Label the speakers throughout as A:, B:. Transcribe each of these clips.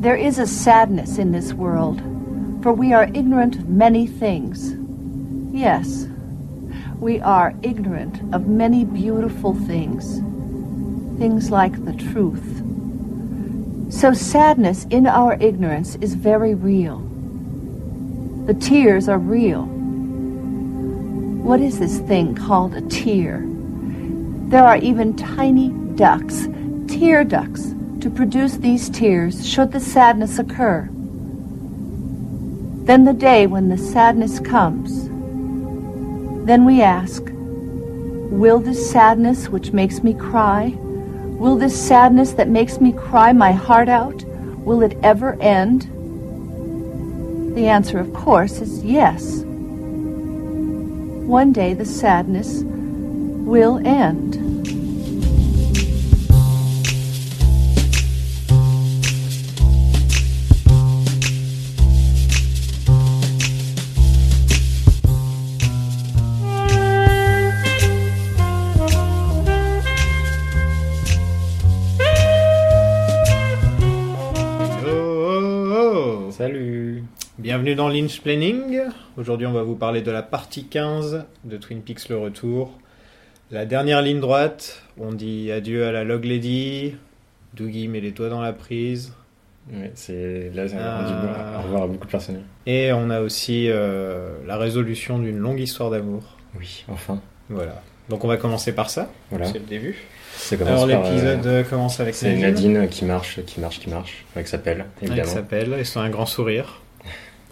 A: There is a sadness in this world, for we are ignorant of many things. Yes, we are ignorant of many beautiful things, things like the truth. So, sadness in our ignorance is very real. The tears are real. What is this thing called a tear? There are even tiny ducts, tear ducts, to produce these tears should the sadness occur. Then the day when the sadness comes, then we ask, Will this sadness which makes me cry, will this sadness that makes me cry my heart out, will it ever end? The answer, of course, is yes. One day the sadness will end.
B: Oh, oh, oh.
C: Salut
B: Bienvenue dans Lynch Planning. Aujourd'hui, on va vous parler de la partie 15 de Twin Peaks Le Retour. La dernière ligne droite, on dit adieu à la Log Lady. Dougie met les doigts dans la prise.
C: Ouais, c'est là, ça
B: Ah.
C: on dit bon, au revoir à beaucoup de personnes.
B: Et on a aussi euh, la résolution d'une longue histoire d'amour.
C: Oui, enfin.
B: Voilà. Donc on va commencer par ça.
C: Voilà.
B: C'est le début.
C: Ça
B: Alors
C: commence par, euh,
B: l'épisode euh, commence avec
C: c'est Nadine qui marche, qui marche, qui marche, avec sa pelle,
B: Elle
C: évidemment.
B: s'appelle et c'est un grand sourire.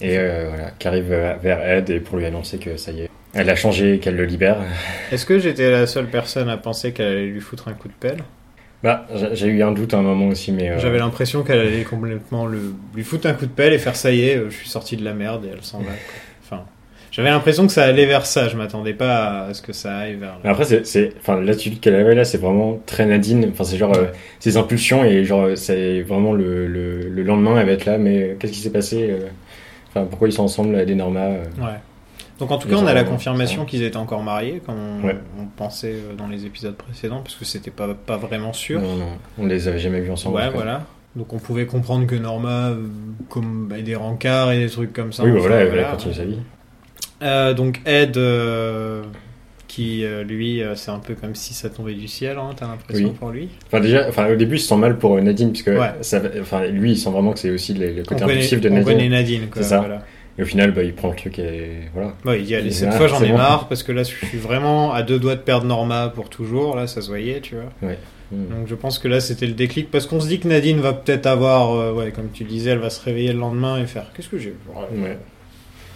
C: Et euh, voilà, qui arrive euh, vers Ed et pour lui annoncer que ça y est, elle a changé et qu'elle le libère.
B: Est-ce que j'étais la seule personne à penser qu'elle allait lui foutre un coup de pelle
C: Bah, j'ai j'ai eu un doute à un moment aussi, mais. euh,
B: J'avais l'impression qu'elle allait complètement le... lui foutre un coup de pelle et faire ça y est, euh, je suis sorti de la merde et elle s'en va. quoi. Enfin, j'avais l'impression que ça allait vers ça. Je m'attendais pas à ce que ça aille vers.
C: Mais après, c'est- c'est, enfin, l'attitude qu'elle avait là, c'est vraiment très Nadine. Enfin, c'est genre euh, ses impulsions et genre, euh, c'est vraiment le, le, le lendemain, elle va être là, mais euh, qu'est-ce qui s'est passé euh, Enfin, pourquoi ils sont ensemble, Ed et Norma euh,
B: Ouais. Donc en tout
C: Ils
B: cas, on
C: ont-
B: a la confirmation qu'ils étaient encore mariés, comme on,
C: Ouais.
B: on pensait euh, dans les épisodes précédents, parce que c'était pas, pas vraiment sûr.
C: Non, non, on les avait jamais vus ensemble. en
B: ouais,
C: fait.
B: voilà. Donc on pouvait comprendre que Norma, euh, comme bah, des rencarts et des trucs comme ça.
C: Oui, bah,
B: enfin,
C: voilà, elle
B: voilà.
C: voilà, continue sa vie.
B: Euh, donc Ed, euh, qui euh, lui, euh, c'est un peu comme si ça tombait du ciel, hein, t'as l'impression
C: Oui.
B: pour lui.
C: Enfin, déjà, enfin, au début, il se sent mal pour euh, Nadine, puisque
B: Ouais.
C: ça, va- enfin, lui, il sent vraiment que c'est aussi le, le côté
B: on connaît,
C: impulsif de
B: on
C: Nadine.
B: connaît Nadine, quoi.
C: C'est ça.
B: Voilà.
C: Et au final, bah, il prend le truc et voilà.
B: Ouais, il dit, allez,
C: Et
B: cette
C: là,
B: fois j'en
C: c'est
B: ai
C: bon.
B: marre, parce que là, je suis vraiment à deux doigts de perdre Norma pour toujours, là, ça se voyait, tu vois.
C: Mm.
B: Donc je pense que là c'était le déclic parce qu'on se dit que Nadine va peut-être avoir, euh, ouais, comme tu le disais, elle va se réveiller le lendemain et faire qu'est-ce que j'ai Ouais.
C: Ouais.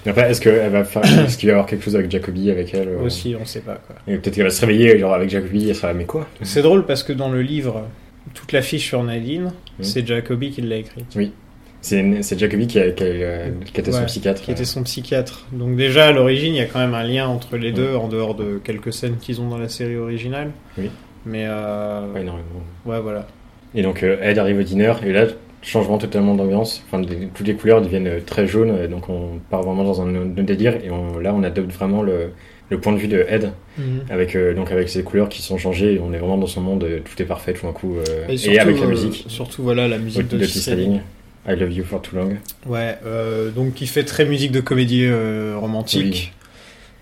C: Mais Après, est-ce qu'elle va faire, est-ce qu'il va y avoir quelque chose avec Jacobi, avec elle euh,
B: Aussi, on sait pas quoi.
C: Et peut-être qu'elle va se réveiller, genre avec Jacobi, elle sera là, mais quoi
B: C'est drôle parce que dans le livre, toute l'affiche sur Nadine,
C: Mhm.
B: c'est Jacobi qui l'a écrite,
C: C'est c'est Jacobi qui, a- qui a- euh, qui était son
B: Ouais,
C: psychiatre.
B: qui était son psychiatre. Donc déjà à l'origine, il y a quand même un lien entre les
C: Mhm.
B: deux en dehors de quelques scènes qu'ils ont dans la série originale.
C: Oui.
B: Mais euh,
C: Pas énormément.
B: ouais, voilà.
C: Et donc, euh, elle arrive au dîner, et là, changement totalement d'ambiance. Enfin, des- toutes les couleurs deviennent euh, très jaunes, euh, donc on part vraiment dans un, autre délire, et on- là, on adopte vraiment le, le point de vue de Ed, avec, euh, donc avec ses couleurs qui sont changées, et on est vraiment dans son monde, euh, tout est parfait tout d'un coup, euh, et,
B: surtout,
C: avec la
B: euh,
C: musique,
B: surtout voilà la
C: de,
B: musique
C: de
B: de,
C: Kiss Reading, I Love You For Too Long.
B: Ouais, euh, donc qui fait très musique de comédie euh, romantique,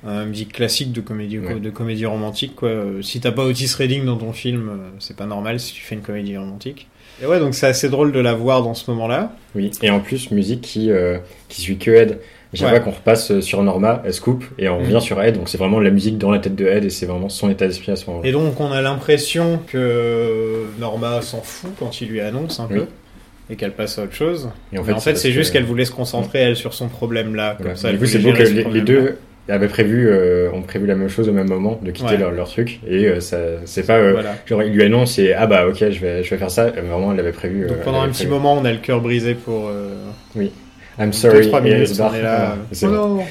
B: Euh, musique classique de comédie
C: Ouais.
B: de comédie romantique quoi. Euh, Si t'as pas Otis Redding dans ton film, euh, c'est pas normal si tu fais une comédie romantique. Et ouais, donc c'est assez drôle de la voir dans ce moment-là.
C: Oui, et en plus, musique qui, euh, qui suit que Ed. J'ai
B: Ouais.
C: pas qu'on repasse euh, sur Norma, elle se coupe, et on
B: Mhm.
C: revient sur Ed, donc c'est vraiment la musique dans la tête de Ed, et c'est vraiment son état d'esprit à ce moment-là.
B: Et donc on a l'impression que Norma s'en fout quand il lui annonce un
C: Oui.
B: peu et qu'elle passe à autre chose.
C: Et
B: Mais en fait,
C: parce
B: c'est juste
C: que-
B: qu'elle voulait se concentrer elle sur son problème là.
C: Voilà.
B: Comme ça,
C: Ah, bah, du
B: elle
C: coup, c'est beau
B: voulait
C: que
B: gérer ce
C: les, les
B: problème-là.
C: deux avaient prévu, euh, ont prévu la même chose au même moment, de quitter
B: Ouais.
C: leur, leur truc, et euh, ça, c'est pas euh,
B: Voilà.
C: genre il lui annonce et ah bah ok, je vais, je vais faire ça. Euh, Vraiment, elle l'avait prévu.
B: Donc
C: euh,
B: pendant
C: elle
B: un
C: avait
B: petit
C: prévu.
B: moment, on a le cœur brisé pour. euh,
C: I'm
B: deux,
C: sorry,
B: trois
C: et
B: minutes,
C: elle se barre.
B: on est là.
C: Ouais, c'est
B: Oh
C: bon.
B: non.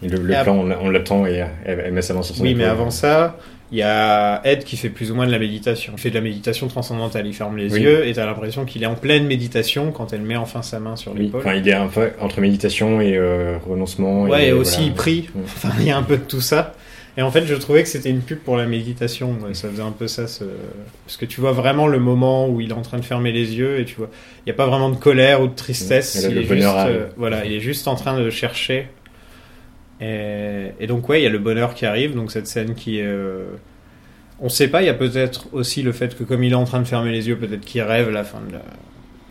C: Et Le, le
B: Et après-
C: plan, on l'a- on l'attend et euh, elle, elle met sa main sur son
B: Oui, mais
C: épaule.
B: avant ça, il y a Ed qui fait plus ou moins de la méditation. Il fait de la méditation transcendantale. Il ferme les
C: Oui.
B: yeux et t'as l'impression qu'il est en pleine méditation quand elle met enfin sa main sur
C: Oui,
B: l'épaule.
C: enfin, il est un peu entre méditation et euh, renoncement.
B: ouais, et
C: voilà.
B: aussi il prie.
C: Mm.
B: Enfin, il y a un peu de tout ça. Et en fait, je trouvais que c'était une pub pour la méditation. moi. Ça faisait un peu ça. ce- Parce que tu vois vraiment le moment où il est en train de fermer les yeux et tu vois. Il n'y a pas vraiment de colère ou de tristesse.
C: Et là,
B: il,
C: le
B: est juste,
C: bonheur arrive.
B: euh, voilà, il est juste en train de chercher. Et, et donc, ouais, il y a le bonheur qui arrive. Donc, cette scène qui. euh, On ne sait pas. Il y a peut-être aussi le fait que, comme il est en train de fermer les yeux, peut-être qu'il rêve la fin de la.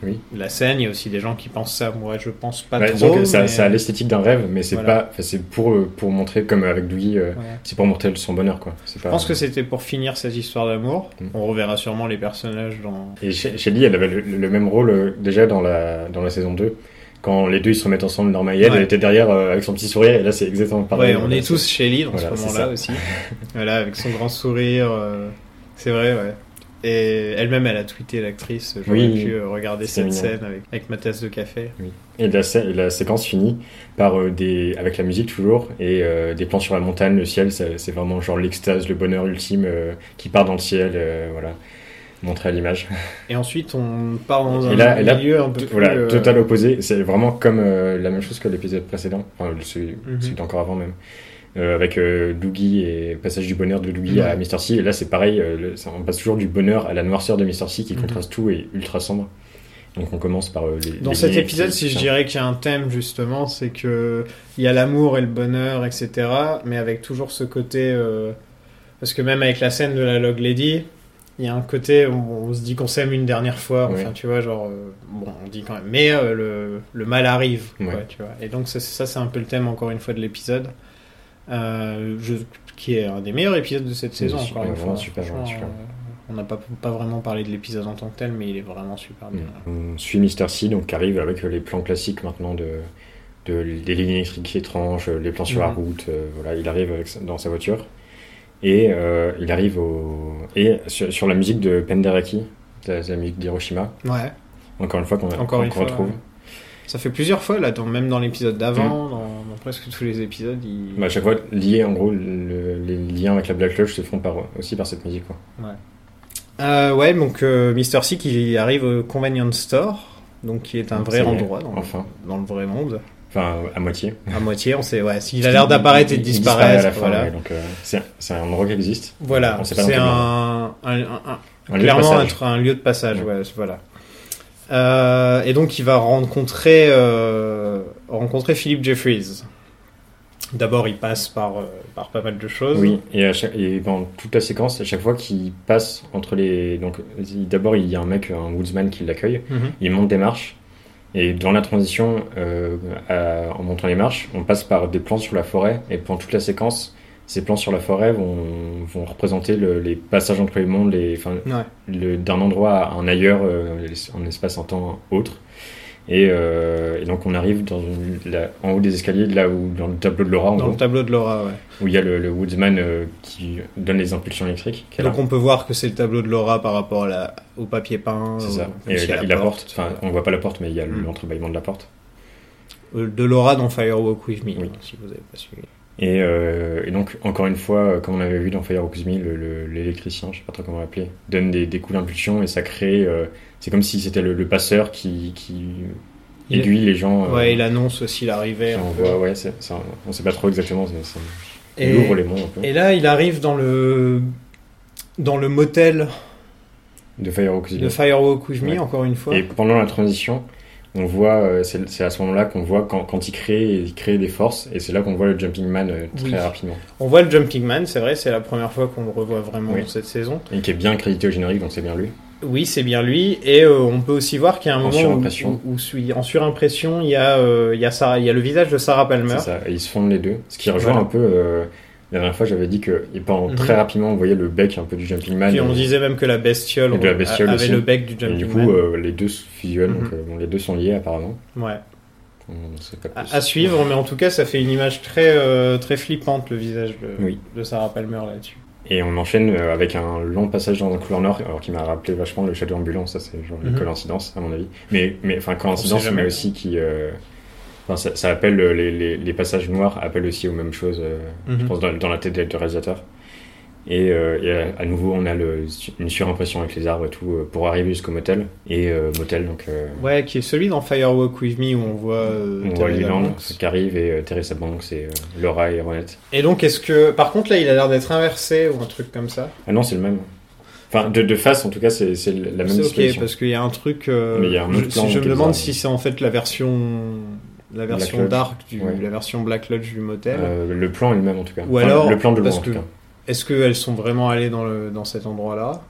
C: Oui.
B: La scène, il y a aussi des gens qui pensent ça. Moi, je pense pas
C: Ouais,
B: trop.
C: disons que ça,
B: mais-
C: ça a l'esthétique d'un rêve, mais c'est
B: Voilà.
C: pas, enfin, c'est pour euh, pour montrer comme avec Dougie, euh,
B: Ouais.
C: c'est pour montrer son bonheur quoi. C'est
B: Je
C: pas-
B: pense que c'était pour finir cette histoire d'amour.
C: Mm.
B: On reverra sûrement les personnages dans.
C: Et She- Shelly, elle avait le, le même rôle euh, déjà dans la dans la saison 2 quand les deux ils se remettent ensemble. Norma et elle,
B: Ouais.
C: elle était derrière euh, avec son petit sourire et là c'est exactement pareil.
B: ouais, on
C: Voilà,
B: est tous chez Lee dans
C: Voilà,
B: ce
C: c'est
B: moment-là
C: ça.
B: aussi. voilà, avec son grand sourire. euh, C'est vrai, ouais. Et elle-même, elle a tweeté l'actrice. J'aurais
C: Oui.
B: pu euh, regarder
C: C'est
B: cette
C: mignon.
B: scène avec, avec ma tasse de café.
C: Et la, sé- la séquence finit par euh, des, avec la musique toujours et euh, des plans sur la montagne, le ciel. ça- C'est vraiment genre l'extase, le bonheur ultime euh, qui part dans le ciel. euh, voilà, montré à l'image.
B: Et ensuite, on part dans
C: Et
B: un
C: là- et là,
B: milieu un peu plus.
C: Voilà,
B: euh,
C: total opposé. C'est vraiment comme euh, la même chose que l'épisode précédent. Enfin, celui,
B: Mhm.
C: celui encore avant même. Euh, avec euh, Doogie et passage du bonheur de Doogie
B: Ouais.
C: à Mr. C. Et là, c'est pareil. euh, le- ça- on passe toujours du bonheur à la noirceur de Mr. C qui
B: Mhm.
C: contraste tout et ultra sombre. Donc on commence par euh, les.
B: Dans
C: les
B: cet
C: liens,
B: épisode,
C: etc.
B: si je dirais qu'il y a un thème justement, c'est que il y a l'amour et le bonheur, etc. Mais avec toujours ce côté, euh, parce que même avec la scène de la log lady, il y a un côté où on se dit qu'on s'aime une dernière fois.
C: Ouais.
B: Enfin, tu vois, genre euh, bon, on dit quand même, mais euh, le, le mal arrive, quoi,
C: Ouais.
B: tu vois. Et donc ça, c'est- ça, c'est un peu le thème encore une fois de l'épisode, euh, je- qui est un des meilleurs épisodes de cette saison.
C: super,
B: Encore une
C: vraiment
B: fois,
C: super,
B: Franchement,
C: vraiment super.
B: euh, on n'a pas, pas vraiment parlé de l'épisode en tant que tel, mais il est vraiment super bien.
C: On suit Mister C, donc qui arrive avec euh, les plans classiques maintenant de, de- des lignes électriques étranges, euh, les plans sur la
B: Mhm.
C: route. euh, voilà, il arrive avec, sa- dans sa voiture et euh, il arrive au et sur, sur la musique de Penderaki, la, la musique d'Hiroshima.
B: Ouais.
C: Encore une fois qu'on a-
B: Encore une
C: qu'on
B: fois,
C: retrouve.
B: ouais. Ça fait plusieurs fois, là, dans- même dans l'épisode d'avant,
C: Mm.
B: dans, dans presque tous les épisodes. il-
C: Bah, à chaque fois, lié en gros, le- les liens avec la Black Lodge se font par, aussi par cette musique. Quoi.
B: Euh, ouais, donc euh, Mr. C qui arrive au Convenience Store, donc qui est un
C: Ça
B: vrai
C: y est,
B: endroit dans,
C: Enfin,
B: dans le vrai monde.
C: enfin à moitié.
B: À moitié, on sait, ouais, s'il a l'air d'apparaître et de
C: Il- il disparaît à
B: disparaître,
C: la fin,
B: voilà.
C: ouais, donc, euh, c'est c'est un endroit qui existe.
B: Voilà,
C: On sait pas dans
B: c'est
C: quel endroit.
B: un, un- un- un-
C: Un lieu de
B: clairement
C: passage.
B: être un lieu de passage,
C: Ouais.
B: ouais, voilà. Euh, et donc il va rencontrer, euh, rencontrer Philippe Jeffries. D'abord, il passe par, euh, par pas mal de choses.
C: Oui, et, à chaque- et pendant toute la séquence, à chaque fois qu'il passe entre les. Donc, il- d'abord, il y a un mec, un woodsman qui l'accueille,
B: Mhm.
C: il monte des marches, et dans la transition, euh, à- en montant les marches, on passe par des plans sur la forêt, et pendant toute la séquence, ces plans sur la forêt vont, vont représenter le- les passages entre les mondes, les, enfin,
B: Ouais.
C: le- d'un endroit à un ailleurs, euh, un espace, un temps autre. Et, euh, et donc, on arrive dans une- la- en haut des escaliers, là où, dans le tableau de Laura, en
B: Dans
C: gros
B: le tableau de Laura, ouais.
C: où il y a le, le Woodsman euh, qui donne les impulsions électriques. qu'elle
B: Donc
C: a.
B: on peut voir que c'est le tableau de Laura par rapport à la- au papier peint,
C: C'est
B: au-
C: ça.
B: même
C: Et euh,
B: s'il euh, y
C: il,
B: a
C: il
B: la
C: apporte, enfin, on voit pas la porte, mais il y a
B: Mm.
C: l'entrebâillement de la porte.
B: Euh, de Laura dans Firewalk With Me,
C: Oui.
B: hein, si vous n'avez pas suivi.
C: Et, euh, et donc, encore une fois, euh, comme on avait vu dans Fire Okuzumi, le- le- l'électricien, je sais pas trop comment l'appeler, donne des, des coups d'impulsion et ça crée. euh, c'est comme si c'était le, le passeur qui, qui
B: Il-
C: aiguille les gens. euh,
B: Ouais, il annonce aussi l'arrivée.
C: qui
B: un peu.
C: envoie, ouais, c'est- c'est un- on sait pas trop exactement. c'est- c'est-
B: Et,
C: Il ouvre les monts un peu.
B: et là, il arrive dans le dans le motel
C: De Fire Okuzumi.
B: de Firewalk With Me,
C: Ouais.
B: encore une fois.
C: Et pendant la transition, on voit, euh, c'est c'est à ce moment-là qu'on voit quand, quand il crée, il crée des forces, et c'est là qu'on voit le Jumping Man euh, très
B: Oui.
C: rapidement,
B: On voit le Jumping Man, c'est vrai, c'est la première fois qu'on le revoit vraiment
C: Oui.
B: dans cette saison.
C: et qui est bien crédité au générique, donc c'est bien lui.
B: Oui, c'est bien lui. Et euh, on peut aussi voir qu'il y a un
C: En
B: moment où-
C: surimpression.
B: où, où suis- en surimpression, il y, a, euh, il y, a Sarah- il y a le visage de Sarah Palmer.
C: C'est ça, et ils se fondent les deux, ce qui rejoint
B: Voilà.
C: un peu. euh, la dernière fois, j'avais dit que et pendant
B: Mhm.
C: très rapidement, on voyait le bec un peu du Jumping Man.
B: Puis on
C: et-
B: disait même que la bestiole,
C: Ah, Et de la bestiole
B: avait
C: aussi.
B: le bec du
C: et
B: Jumping
C: du coup,
B: Man.
C: euh, les deux se fusionnent, donc
B: Mhm.
C: euh, bon, les deux sont liés apparemment.
B: Ouais.
C: On sait pas plus.
B: À, à suivre, mais en tout cas, ça fait une image très, euh, très flippante, le visage de,
C: Oui.
B: de Sarah Palmer là-dessus.
C: Et on enchaîne euh, avec un long passage dans un couloir nord, alors qui m'a rappelé vachement le Shadow Ambulance, ça c'est genre une
B: Mhm.
C: coïncidence à mon avis. Mais mais enfin
B: On
C: coïncidence,
B: sait jamais.
C: mais aussi qui, euh, enfin, ça, ça appelle euh, les, les, les passages noirs appellent aussi aux mêmes choses, euh, je
B: Mhm.
C: pense dans, dans la tête de- du réalisateur. Et, euh, et à, à nouveau, on a le, une surimpression avec les arbres et tout euh, pour arriver jusqu'au motel. Et euh, motel, donc. euh,
B: Ouais, qui est celui dans Firewalk With Me où on voit. euh,
C: on voit
B: Terry
C: Leland
B: Lawrence.
C: qui arrive et euh, Teresa Banks et euh, Laura et Ronette.
B: Et donc, est-ce que. Par contre, là, il a l'air d'être inversé ou un truc comme ça.
C: Ah non, c'est le même. Enfin, de, de face, en tout cas, c'est c'est la même
B: C'est ok,
C: disposition.
B: parce qu'il y a un truc. euh,
C: Mais il y a un autre
B: je,
C: plan
B: si je me
C: qui est
B: demande
C: bizarre.
B: si c'est en fait la version. La version
C: Lodge.
B: dark, du,
C: Ouais.
B: la version Black Lodge du motel.
C: Euh, le plan est le même, en tout cas.
B: Ou
C: Enfin,
B: alors,
C: le plan de loin,
B: parce
C: en tout
B: que-
C: cas.
B: Est-ce qu'elles sont vraiment allées dans, le, dans cet endroit-là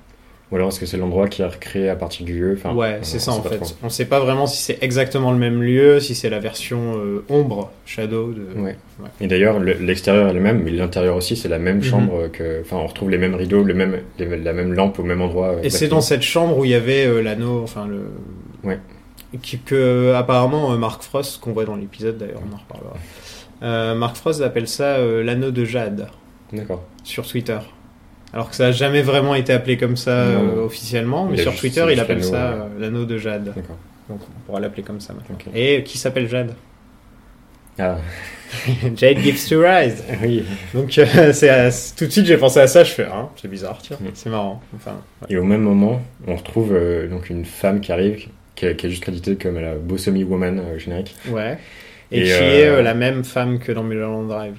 C: Ou alors, est-ce que c'est l'endroit qui est recréé à partir du lieu enfin,
B: Ouais,
C: on-
B: c'est
C: on
B: ça
C: sait
B: en
C: pas
B: fait.
C: trop.
B: On ne sait pas vraiment si c'est exactement le même lieu, si c'est la version euh, ombre, shadow de.
C: Ouais.
B: Ouais.
C: Et d'ailleurs, le- l'extérieur est le même, mais l'intérieur aussi, c'est la même
B: Mhm.
C: chambre que. Enfin, on retrouve les mêmes rideaux, le même, les- la même lampe au même endroit. euh,
B: Et c'est dans cette chambre où il y avait euh, l'anneau, enfin le.
C: Ouais.
B: Qui- que apparemment euh, Mark Frost, qu'on voit dans l'épisode d'ailleurs, on en reparlera. Euh, Mark Frost appelle ça euh, l'anneau de Jade
C: D'accord.
B: sur Twitter. Alors que ça n'a jamais vraiment été appelé comme ça
C: Non.
B: euh, officiellement, mais
C: Il a
B: sur
C: juste-
B: Twitter
C: c'est
B: il
C: juste
B: appelle
C: l'anneau,
B: ça
C: ouais.
B: euh, l'anneau de Jade.
C: D'accord.
B: Donc on pourra l'appeler comme ça maintenant.
C: Ok.
B: Et euh, qui s'appelle Jade
C: Ah,
B: Jade gives to rise.
C: oui.
B: Donc euh, c'est à- tout de suite j'ai pensé à ça, je fais hein, c'est bizarre, tiens,
C: Mm.
B: c'est marrant. Enfin, ouais.
C: Et au même moment, on retrouve euh, donc une femme qui arrive, qui, est- qui est juste créditée comme la Bosomi Woman euh, générique.
B: Ouais. Et,
C: Et,
B: qui
C: euh,
B: est euh, la même femme que dans Mulholland Drive.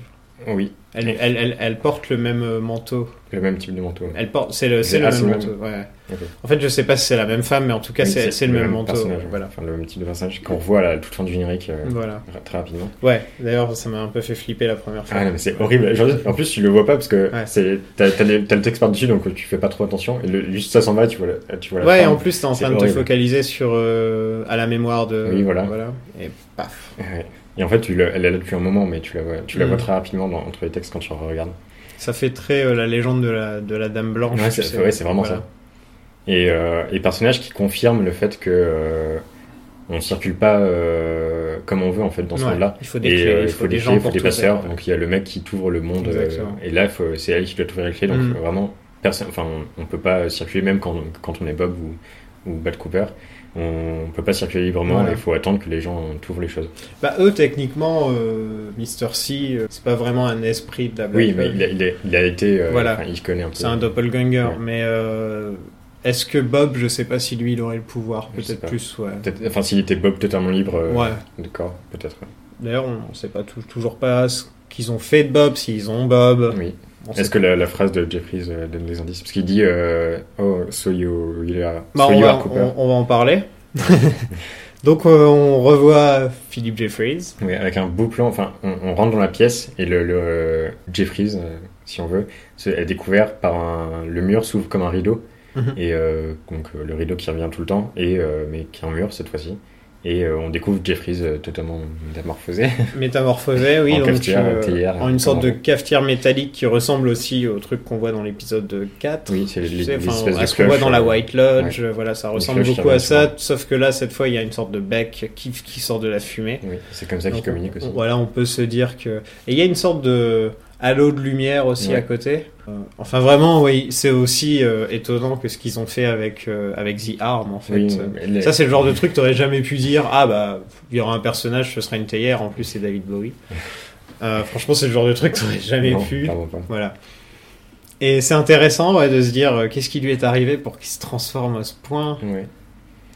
C: Oh Oui,
B: Elle, elle, elle, elle porte le même euh, manteau.
C: le même type de manteau. ouais.
B: Elle porte, c'est le, c'est
C: C'est-
B: le
C: ah,
B: même
C: c'est le
B: manteau. ouais.
C: Ok.
B: En fait, je sais pas si c'est la même femme, mais en tout cas,
C: Oui,
B: c'est, c'est le même, manteau.
C: personnage, ouais.
B: Voilà.
C: Enfin, le même type de personnage qu'on voit à la toute fin du générique euh,
B: Voilà.
C: ra- très rapidement.
B: Ouais. D'ailleurs, ça m'a un peu fait flipper la première fois.
C: Ah non, mais c'est horrible. Genre, en plus, tu le vois pas parce que
B: Ouais.
C: c'est t'as t'as les- t'as le texte par-dessus, donc tu fais pas trop attention. Et le- juste ça s'en va, tu vois la, tu vois la
B: ouais.
C: femme.
B: En plus, t'es en
C: C'est
B: train de te
C: horrible.
B: focaliser sur euh, à la mémoire de.
C: Oui, voilà.
B: Et paf.
C: Ouais. Et en fait, tu le- elle est là depuis un moment, mais tu la vois, tu la
B: Mm.
C: vois très rapidement dans- entre les textes quand tu regardes.
B: Ça fait très euh, la légende de la de la Dame Blanche.
C: Ouais,
B: tu
C: c'est
B: sais.
C: ouais, c'est vraiment
B: Voilà.
C: ça. Et, euh, et personnage qui confirme le fait que euh, on circule pas euh, comme on veut en fait dans ce
B: Ouais,
C: monde-là.
B: Il faut des
C: Et
B: clés,
C: euh,
B: il faut des gens
C: il faut
B: pour
C: des
B: tout faire.
C: passeurs. Donc il y a le mec qui t'ouvre le monde. euh,
B: Exactement.
C: et là, faut- c'est elle qui doit t'ouvrir les clés. Donc euh,
B: Mm.
C: vraiment, personne. Enfin, on, on peut pas circuler même quand, quand on est Bob ou, ou Bad Cooper. On, peut pas circuler librement.
B: Voilà.
C: Il faut attendre que les gens t'ouvrent les choses.
B: Bah eux, techniquement, euh, Mr. C, euh, c'est pas vraiment un esprit de la Black
C: Oui, mais
B: Lodge.
C: il a, il a- il a été. euh,
B: Voilà.
C: enfin, Il connaît un peu.
B: C'est un doppelganger,
C: Ouais.
B: mais euh, est-ce que Bob, je sais pas si lui il aurait le pouvoir,
C: Je sais
B: peut-être
C: pas.
B: plus, ouais.
C: Peut-être- Enfin, s'il était Bob totalement libre. euh,
B: Ouais.
C: D'accord, peut-être.
B: D'ailleurs, on on sait pas tou- toujours pas ce qu'ils ont fait de Bob, s'ils ont Bob.
C: Oui.
B: On sait
C: Mm. Est-ce que la, la phrase de Jeffries euh, donne des indices Parce qu'il dit euh, Oh, so you, you are,
B: Bah,
C: so
B: on,
C: you
B: va,
C: are Cooper.
B: on- on va en parler. Donc euh, on revoit Philippe Jeffries.
C: Oui, avec un beau plan. Enfin, on, on rentre dans la pièce et le, le, euh, Jeffries, euh, si on veut, se- est découvert par un. Le mur s'ouvre comme un rideau.
B: Mhm.
C: Et euh, donc, euh, le rideau qui revient tout le temps, et, euh, mais qui est un mur cette fois-ci. Et euh, on découvre Jeffries euh, totalement métamorphosé.
B: Métamorphosé, oui,
C: En
B: donc,
C: cafetière,
B: euh,
C: théière,
B: en une sorte de
C: comment-
B: cafetière métallique qui ressemble aussi au truc qu'on voit dans l'épisode 4.
C: oui, c'est les,
B: Tu sais,
C: les
B: enfin,
C: espèces
B: à
C: de
B: ce qu'on voit
C: cloches,
B: dans la
C: euh,
B: White Lodge, euh, voilà, ça
C: Les
B: ressemble
C: cloches
B: beaucoup
C: qui
B: à ça,
C: reviennent
B: sauf que là, cette fois, il y a une sorte de bec qui, qui sort de la fumée.
C: Oui, c'est comme ça qu'ils
B: Donc,
C: communiquent aussi.
B: on- Voilà, on peut se dire que. Et il y a une sorte de halo de lumière aussi
C: Ouais.
B: à côté. Euh, enfin, vraiment, oui, c'est aussi euh, étonnant que ce qu'ils ont fait avec, euh, avec The Arm, en fait.
C: Oui,
B: Euh,
C: mais les-
B: Ça, c'est le genre de truc que t'aurais jamais pu dire. Ah, bah, il y aura un personnage, ce sera une théière, en plus, c'est David Bowie. Euh, franchement, c'est le genre de truc que t'aurais jamais
C: Non,
B: pu.
C: clairement pas.
B: Voilà. Et c'est intéressant ouais, de se dire euh, qu'est-ce qui lui est arrivé pour qu'il se transforme à ce point.
C: Ouais.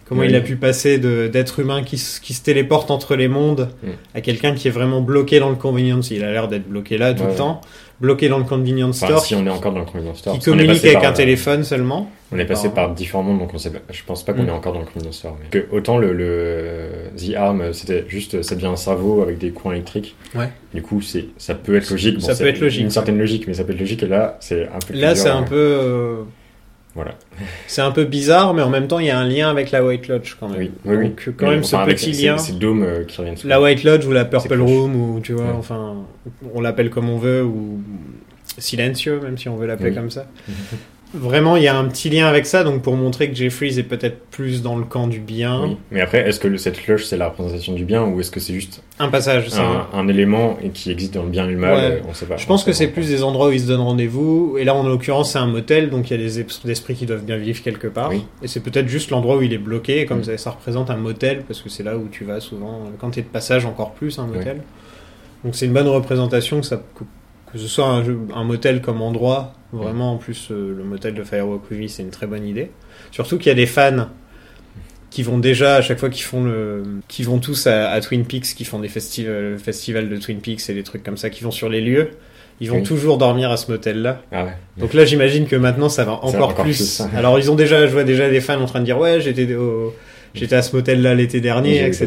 B: Comment
C: Oui.
B: il a pu passer de- d'être humain qui, se- qui se téléporte entre les mondes
C: Mm.
B: à quelqu'un qui est vraiment bloqué dans le convenience. Il a l'air d'être bloqué là tout
C: Ouais,
B: le
C: ouais.
B: temps, bloqué dans le convenience
C: Enfin,
B: store,
C: si on est encore dans le convenience store.
B: qui
C: parce qu'on est
B: communique
C: passé
B: avec
C: par,
B: un
C: euh,
B: téléphone seulement.
C: On est passé
B: Par-
C: par différents mondes, donc on sait pas- je pense pas qu'on
B: Mm.
C: est encore dans le convenience store. mais- Que autant le, le- The Arm, c'était juste, ça devient un cerveau avec des courants électriques.
B: Ouais.
C: Du coup, c'est, ça peut être logique.
B: Ça
C: c'est
B: peut être logique,
C: Une certaine logique, mais ça peut être logique. Et là, c'est un peu.
B: Là,
C: plus
B: c'est
C: dur,
B: un
C: hein.
B: peu. euh,
C: Voilà.
B: C'est un peu bizarre, mais en même temps, il y a un lien avec la White Lodge quand même.
C: Oui, oui, oui.
B: Donc, quand
C: Mais
B: même,
C: enfin,
B: ce
C: avec-
B: petit
C: c'est-
B: lien.
C: C'est Doom euh, qui revient. souvent.
B: La White Lodge ou la Purple
C: proche.
B: Room, ou tu vois,
C: Ouais.
B: enfin, on l'appelle comme on veut, ou Silencieux, même si on veut l'appeler
C: Oui.
B: comme ça.
C: Mhm.
B: Vraiment, il y a un petit lien avec ça, donc pour montrer que Jeffries est peut-être plus dans le camp du bien.
C: Oui. Mais après, est-ce que le- cette cloche, c'est la représentation du bien ou est-ce que c'est juste
B: Un passage, c'est un-
C: un, un élément et qui existe dans le bien et le mal
B: Ouais.
C: euh, On sait pas.
B: Je pense
C: On
B: que
C: sait
B: c'est
C: pas.
B: plus des endroits où ils se donnent rendez-vous, et là en l'occurrence c'est un motel, donc il y a des esprits- des esprits qui doivent bien vivre quelque part,
C: Oui.
B: et c'est peut-être juste l'endroit où il est bloqué, et comme
C: Mm.
B: ça, ça représente un motel, parce que c'est là où tu vas souvent, euh, quand t'es de passage encore plus un motel. Donc c'est une bonne représentation que ça, que- Que ce soit un, jeu- un motel comme endroit, vraiment, en plus, euh, le motel de Firewalk With Me, c'est une très bonne idée. Surtout qu'il y a des fans qui vont déjà, à chaque fois qu'ils font le. qui vont tous à, à Twin Peaks, qui font des festi- euh, festivals de Twin Peaks et des trucs comme ça, qui vont sur les lieux, ils vont
C: Oui.
B: toujours dormir à ce motel-là.
C: Ah ouais.
B: Donc là, j'imagine que maintenant, ça va encore,
C: encore
B: plus.
C: plus. hein.
B: Alors, ils ont déjà, je vois déjà des fans en train de dire, ouais, j'étais au- j'étais à ce motel-là l'été
C: Oui,
B: dernier,
C: j'ai vu
B: etc.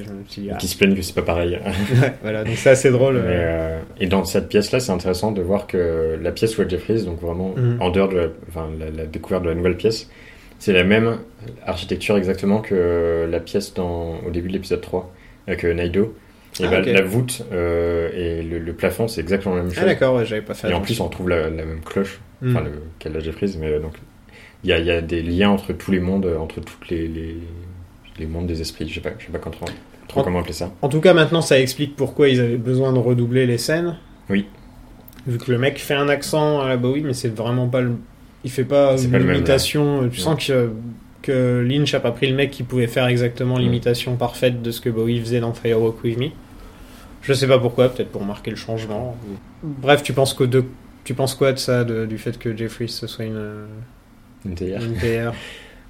B: Et je me suis dit, ah.
C: Qui se plaignent que c'est pas pareil.
B: Ouais, voilà, donc c'est assez drôle.
C: Mais, euh, et dans cette pièce-là, c'est intéressant de voir que la pièce Walt Jeffries, donc vraiment
B: Mhm.
C: en dehors de la, enfin, la- la découverte de la nouvelle pièce, c'est la même architecture exactement que la pièce dans, au début de l'épisode 3 avec euh, Naido. Et
B: Ah,
C: bah,
B: ok.
C: La voûte euh, et le, le plafond, c'est exactement la même
B: Ah
C: chose.
B: d'accord, ouais, j'avais pas fait.
C: et en
B: attention.
C: plus, on retrouve la, la même cloche
B: Hmm.
C: enfin le qu'elle a Jeffries, mais euh, donc il y a, il y a des liens entre tous les mondes, euh, entre toutes les, les, les mondes des esprits, je sais pas, je sais pas quand, trop, trop
B: En-
C: comment appeler ça.
B: En tout cas, maintenant, ça explique pourquoi ils avaient besoin de redoubler les scènes.
C: Oui.
B: Vu que le mec fait un accent à la Bowie, mais c'est vraiment pas le... Il fait pas
C: C'est
B: une
C: pas le même,
B: imitation. tu
C: Ouais.
B: sens que, que Lynch a pas pris le mec qui pouvait faire exactement
C: Mm.
B: l'imitation parfaite de ce que Bowie faisait dans Firewalk With Me. Je sais pas pourquoi, peut-être pour marquer le changement. Bref, tu penses, que de... tu penses quoi de ça, de- du fait que Jeffries ce soit une,
C: Une théière.
B: une PR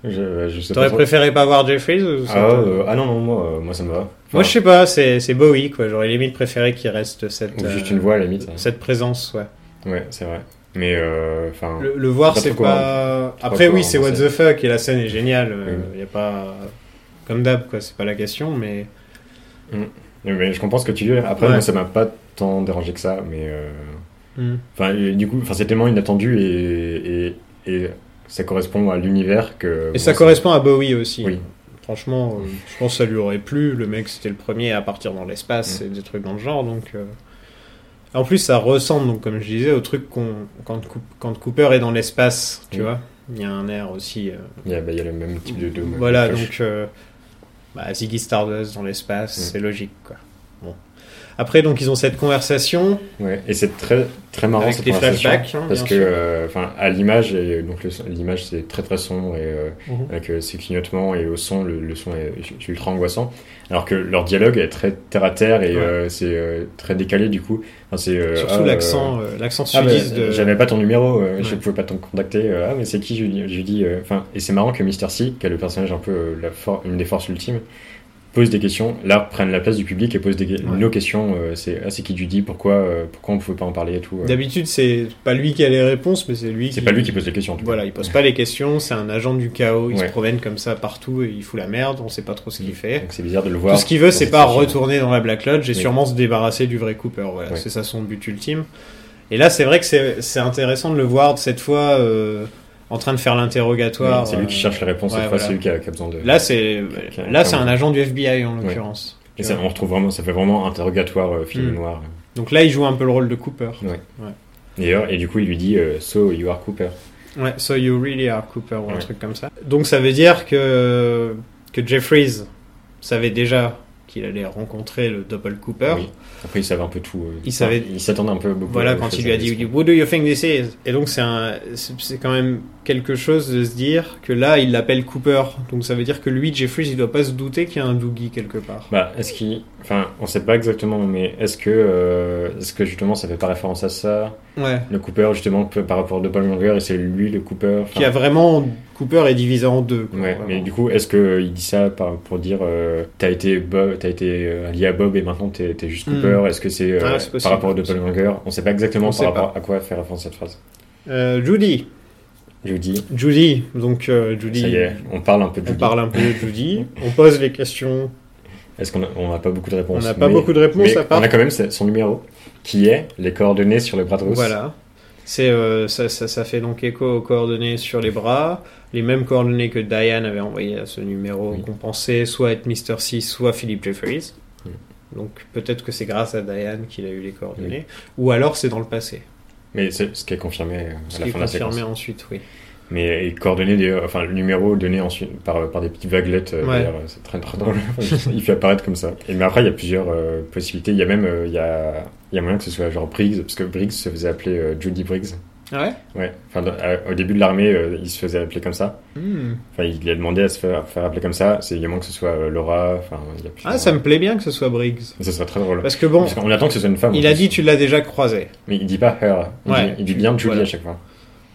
C: Je, je sais pas.
B: Mm. T'aurais
C: trop.
B: préféré pas voir Jeffries ou ça
C: Ah,
B: t'a-
C: euh, ah non, non, moi, euh, moi ça me va.
B: Moi,
C: Enfin,
B: je sais pas, c'est c'est Bowie, quoi. J'aurais limite préféré qu'il reste cette,
C: ou
B: euh,
C: juste une voix à la limite. hein.
B: cette présence, ouais.
C: Ouais, c'est vrai. Mais euh, enfin,
B: Le, le voir,
C: Pas
B: c'est
C: trop courant.
B: pas...
C: Pas
B: Après,
C: courant,
B: oui, c'est
C: on
B: what
C: sait.
B: the fuck, et la scène est géniale. euh,
C: Mm.
B: y a pas... Comme d'hab, quoi, c'est pas la question, mais...
C: mais je comprends ce que tu veux dire. Après,
B: Ouais.
C: moi ça m'a pas tant dérangé que ça, mais euh,
B: Mm.
C: enfin, et du coup, enfin, c'est tellement inattendu et, et, et ça correspond à l'univers que.
B: Et ça
C: bon,
B: correspond à Bowie aussi.
C: Oui.
B: Franchement, euh, je pense que ça lui aurait plu. Le mec, c'était le premier à partir dans
C: Hmm.
B: l'espace et des trucs dans le genre. Donc, euh, En plus, ça ressemble, donc, comme je disais, au truc qu'on- quand, Cou- quand Cooper est dans l'espace, tu
C: Oui.
B: vois. Il y a un air aussi... euh,
C: Il y, a, bah, il y a le même type de dôme.
B: Voilà,
C: de cloche.
B: donc euh, bah, Ziggy Stardust dans l'espace,
C: Mm.
B: c'est logique. Quoi. Bon. Après, donc, ils ont cette conversation
C: Ouais, et c'est très très marrant
B: avec
C: cette
B: des
C: conversation
B: flashbacks. hein,
C: parce
B: bien
C: que
B: sûr.
C: euh, enfin à l'image et donc le son- l'image c'est très très sombre et euh,
B: Mhm.
C: avec euh, ces clignotements et au son le, le son est u- ultra angoissant alors que leur dialogue est très terre à terre et
B: Ouais.
C: euh, c'est euh, très décalé du coup Enfin, c'est euh,
B: Surtout
C: ah, euh,
B: l'accent euh, l'accent
C: ah, bah,
B: sudiste de.
C: j'avais pas ton numéro euh, je
B: Ouais.
C: pouvais pas te contacter euh, ah mais c'est qui Julie, Julie, euh, enfin et c'est marrant que Mister C qui est le personnage un peu euh, la for- une des forces ultimes pose des questions là prennent la place du public et pose des
B: Ouais.
C: nos questions euh, c'est ah, c'est qui Judy pourquoi euh, pourquoi on pouvait pas en parler et tout euh.
B: D'habitude, c'est pas lui qui a les réponses, mais c'est lui
C: C'est
B: qui.
C: pas lui qui pose les questions. en tout cas.
B: Voilà, il pose pas les questions, c'est un agent du chaos, il
C: Ouais. Mm.
B: se promène comme ça partout et il fout la merde, on sait pas trop ce qu'il fait.
C: Donc c'est bizarre de le voir.
B: Tout ce qu'il veut,
C: dans
B: c'est
C: cette
B: pas
C: situation.
B: retourner dans la Black Lodge et
C: Oui.
B: sûrement se débarrasser du vrai Cooper. Voilà,
C: Oui.
B: c'est ça son but ultime. Et là, c'est vrai que c'est c'est intéressant de le voir cette fois euh, en train de faire l'interrogatoire.
C: Oui, C'est lui qui
B: euh,
C: cherche euh, les réponses
B: ouais,
C: cette fois,
B: voilà.
C: c'est lui qui a, qui a besoin de.
B: Là, c'est là, c'est un agent du FBI en
C: Oui.
B: l'occurrence.
C: Et ça, on retrouve vraiment, ça fait vraiment interrogatoire euh, film
B: Mm.
C: noir.
B: Donc là, il joue un peu le rôle de Cooper.
C: D'ailleurs, et du coup, il lui dit euh, So you are Cooper.
B: Ouais, so you really are Cooper ou un
C: Ouais.
B: truc comme ça. Donc ça veut dire que que Jeffries savait déjà qu'il allait rencontrer le double Cooper.
C: Oui. Après, il savait un peu tout. euh,
B: Il savait-
C: Il s'attendait un peu beaucoup.
B: Voilà,
C: à-
B: quand
C: aux
B: il
C: choses
B: lui a
C: à
B: dit
C: l'esprit.
B: What do you think this is Et donc, c'est un- c'est c'est quand même quelque chose de se dire que là, il l'appelle Cooper. Donc, ça veut dire que lui, Jeffries, il doit pas se douter qu'il y a un Doogie quelque part.
C: Bah, est-ce qu'il. Enfin, on sait pas exactement, mais est-ce que. euh, est-ce que justement, ça fait pas référence à ça
B: Ouais.
C: Le Cooper, justement, peu- par rapport à De Paul Longer, et c'est lui le Cooper. enfin,
B: Qui a vraiment. Cooper est divisé en deux. quoi,
C: Ouais,
B: vraiment.
C: mais du coup, est-ce que euh, il dit ça par- pour dire euh, t'as été Bob, t'as été euh, lié à Bob et maintenant t'es t'es juste
B: Hmm.
C: Cooper Est-ce que c'est euh,
B: Ah, c'est possible.
C: par rapport au Doppelganger On sait pas exactement
B: On
C: par
B: sait
C: rapport à quoi faire référence cette phrase.
B: Euh, Judy.
C: Judy,
B: Judy. Donc, euh, Judy.
C: ça y est, on parle un peu de
B: On
C: Judy.
B: parle un peu de Judy. on pose les questions.
C: Est-ce qu'on a, on a pas beaucoup de
B: On
C: réponses
B: n'a pas
C: mais-
B: beaucoup de réponses
C: mais
B: à part.
C: On a quand même sa- son numéro qui est les coordonnées sur le bras de Russ.
B: Voilà. C'est euh, ça, ça, ça fait donc écho aux coordonnées sur les bras, les mêmes coordonnées que Diane avait envoyées à ce numéro
C: Oui.
B: qu'on pensait soit être Mr. C, soit Philip Jeffries.
C: Oui.
B: Donc peut-être que c'est grâce à Diane qu'il a eu les coordonnées, ou alors c'est dans le passé,
C: Mais c'est ce qui est confirmé euh, à
B: ce
C: la
B: qui est
C: fin de la séquence.
B: confirmé ensuite, oui.
C: Mais et coordonnées, d'ailleurs, enfin le numéro donné ensuite par, par des petites vaguelettes, euh,
B: Ouais.
C: d'ailleurs, euh, c'est très très drôle. il fait apparaître comme ça. Et, mais après, il y a plusieurs euh, possibilités. Il y a même euh, il y a, il y a moyen que ce soit genre Briggs, parce que Briggs se faisait appeler euh, Judy Briggs.
B: Ah ouais
C: Ouais. Enfin, dans- à- au début de l'armée, euh, il se faisait appeler comme ça.
B: Hmm.
C: Enfin, il a demandé à se faire, à faire appeler comme ça. C'est également que ce soit euh, Laura. Enfin, il y a
B: Ah, ça me plaît bien que ce soit Briggs.
C: Ça serait très drôle.
B: Parce que bon,
C: Parce qu'on attend que ce soit une femme.
B: il
C: en
B: a
C: plus.
B: dit tu l'as déjà croisé.
C: Mais il dit pas her. Il,
B: Ouais.
C: dit, il dit bien Julie
B: Voilà.
C: à chaque fois.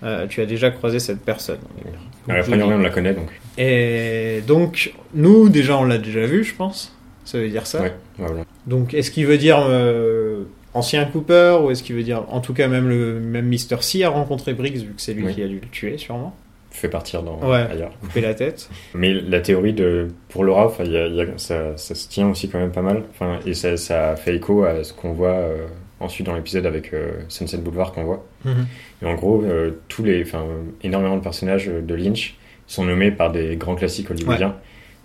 B: Euh, tu as déjà croisé cette personne.
C: Alors,
B: Donc,
C: après, on la connaît donc.
B: Et donc, nous, déjà, on l'a déjà vu, je pense. Ça veut dire ça.
C: Ouais, ouais, voilà.
B: Donc, est-ce qu'il veut dire euh, ancien Cooper ou est-ce qu'il veut dire, en tout cas, même le même Mister C a rencontré Briggs vu que c'est lui
C: Oui.
B: qui a dû le tuer, sûrement,
C: Fait partir dans
B: Ouais.
C: ailleurs.
B: couper la tête.
C: Mais la théorie de pour Laura, enfin, il y a- il y a- ça, ça se tient aussi quand même pas mal. Enfin, et ça, ça fait écho à ce qu'on voit euh, ensuite dans l'épisode avec euh, Sunset Boulevard qu'on voit. Et en gros, euh, tous les, enfin, euh, énormément de personnages euh, de Lynch sont nommés par des grands classiques hollywoodiens.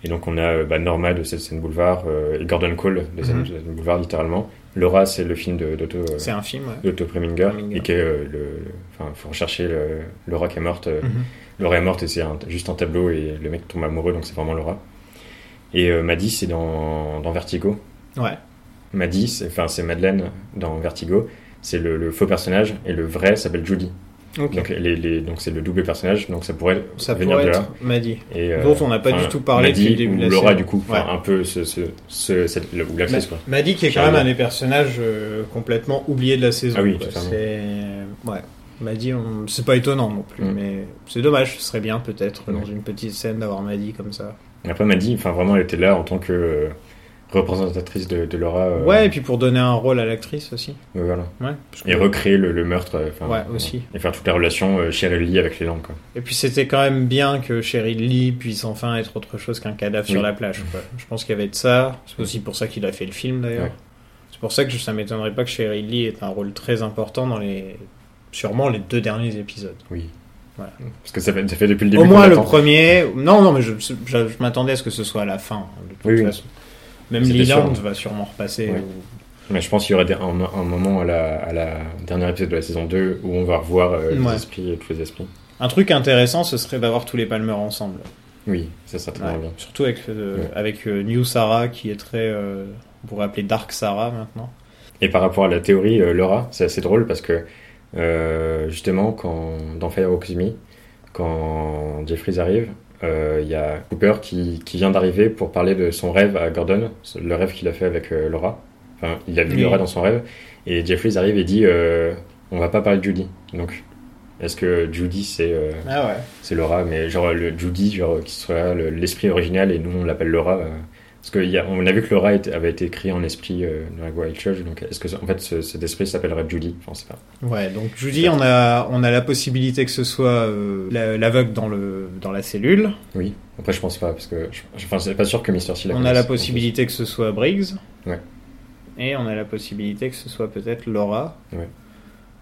C: Et donc on a euh, bah, Norma de Sunset Boulevard euh, et Gordon Cole de
B: Mhm.
C: Sunset Boulevard littéralement. Laura, c'est le film de- d'Otto euh,
B: C'est un film. Ouais.
C: d'Otto Preminger,
B: Preminger.
C: et que euh, le, enfin, faut rechercher le, Laura qui est morte. euh,
B: Mhm.
C: Laura est morte et c'est un- juste un tableau et le mec tombe amoureux donc c'est vraiment Laura. Et euh, Maddy c'est dans, dans Vertigo.
B: Ouais.
C: Maddy, c'est- enfin c'est Madeleine dans Vertigo, c'est le, le faux personnage et le vrai s'appelle Judy.
B: Ok.
C: Donc les, les- donc c'est le double personnage donc ça pourrait
B: ça
C: venir
B: pourrait
C: de là.
B: être Maddy.
C: Et, euh,
B: dont on n'a pas
C: enfin,
B: du tout parlé
C: Maddy
B: depuis le début
C: ou
B: de la
C: Laura
B: série.
C: du coup, enfin,
B: Ouais. Bah.
C: un peu ce, ce, ce- cette- le- ou l'actrice quoi.
B: Maddy qui est quand même
C: Carrément.
B: un des personnages euh, complètement oubliés de la saison.
C: Ah oui,
B: quoi.
C: totalement.
B: C'est ouais. Maddy, on... c'est pas étonnant non plus,
C: Mm.
B: mais c'est dommage. Ce serait bien peut-être dans
C: Ouais.
B: une petite scène d'avoir Maddy comme ça.
C: Et après Maddy, enfin vraiment elle était là en tant que euh, représentatrice de, de Laura. euh,
B: Ouais, et puis pour donner un rôle à l'actrice aussi.
C: euh, voilà.
B: Ouais. parce
C: Et
B: que-
C: recréer le, le meurtre. euh, enfin,
B: Ouais, aussi.
C: Et faire toute la relation euh, chez Ellie avec les langues. Quoi.
B: Et puis c'était quand même bien que Sherry Lee puisse enfin être autre chose qu'un cadavre sur
C: Oui.
B: la plage. quoi. Je pense qu'il y avait de ça. C'est aussi pour ça qu'il a fait le film d'ailleurs.
C: Ouais.
B: C'est pour ça que je- ça m'étonnerait pas que Sherry Lee ait un rôle très important dans les sûrement les deux derniers épisodes.
C: Oui.
B: Voilà.
C: Parce que ça fait, ça fait depuis le début.
B: Au moins
C: qu'on
B: le
C: attend.
B: premier. Non, non, mais je, je- je m'attendais à ce que ce soit à la fin. hein, de toute
C: Oui, oui.
B: façon. Même
C: C'était
B: Leland
C: sûr.
B: va sûrement repasser.
C: Ouais.
B: ou-
C: Mais je pense qu'il y aura des- un, un moment à la, à la dernière épisode de la saison 2 où on va revoir euh, les
B: Ouais.
C: esprits, tous les esprits.
B: Un truc intéressant, ce serait d'avoir tous les Palmer ensemble.
C: Oui, ça, ça très
B: Ouais.
C: bien.
B: Surtout avec, euh,
C: Ouais.
B: avec euh, New Sarah qui est très. euh, on pourrait appeler Dark Sarah maintenant.
C: Et par rapport à la théorie euh, Laura, c'est assez drôle parce que euh, justement, quand, dans Firewalk With Me, quand Jeffries arrive, euh, il y a Cooper qui, qui vient d'arriver pour parler de son rêve à Gordon, le rêve qu'il a fait avec euh, Laura. Enfin, il a vu
B: Oui.
C: Laura dans son rêve et Jeffries arrive et dit euh, On va pas parler de Judy. Donc, est-ce que Judy c'est euh,
B: Ah ouais.
C: c'est Laura, mais genre le Judy, genre qui soit le- l'esprit original et nous on l'appelle Laura. euh, parce qu'on a vu que Laura était- avait été écrit en esprit euh, dans la Wild Church, donc est-ce que ça- en fait ce- cet esprit s'appellerait Judy Enfin, on sait pas.
B: Ouais, donc Judy, on a, on a la possibilité que ce soit euh, la- l'aveugle dans, le, dans la cellule.
C: Oui. Après, je pense pas, parce que je, je- enfin, c'est pas sûr que Mister C la
B: on a
C: connaisse.
B: la possibilité que ce soit Briggs.
C: Ouais.
B: Et on a la possibilité que ce soit peut-être Laura.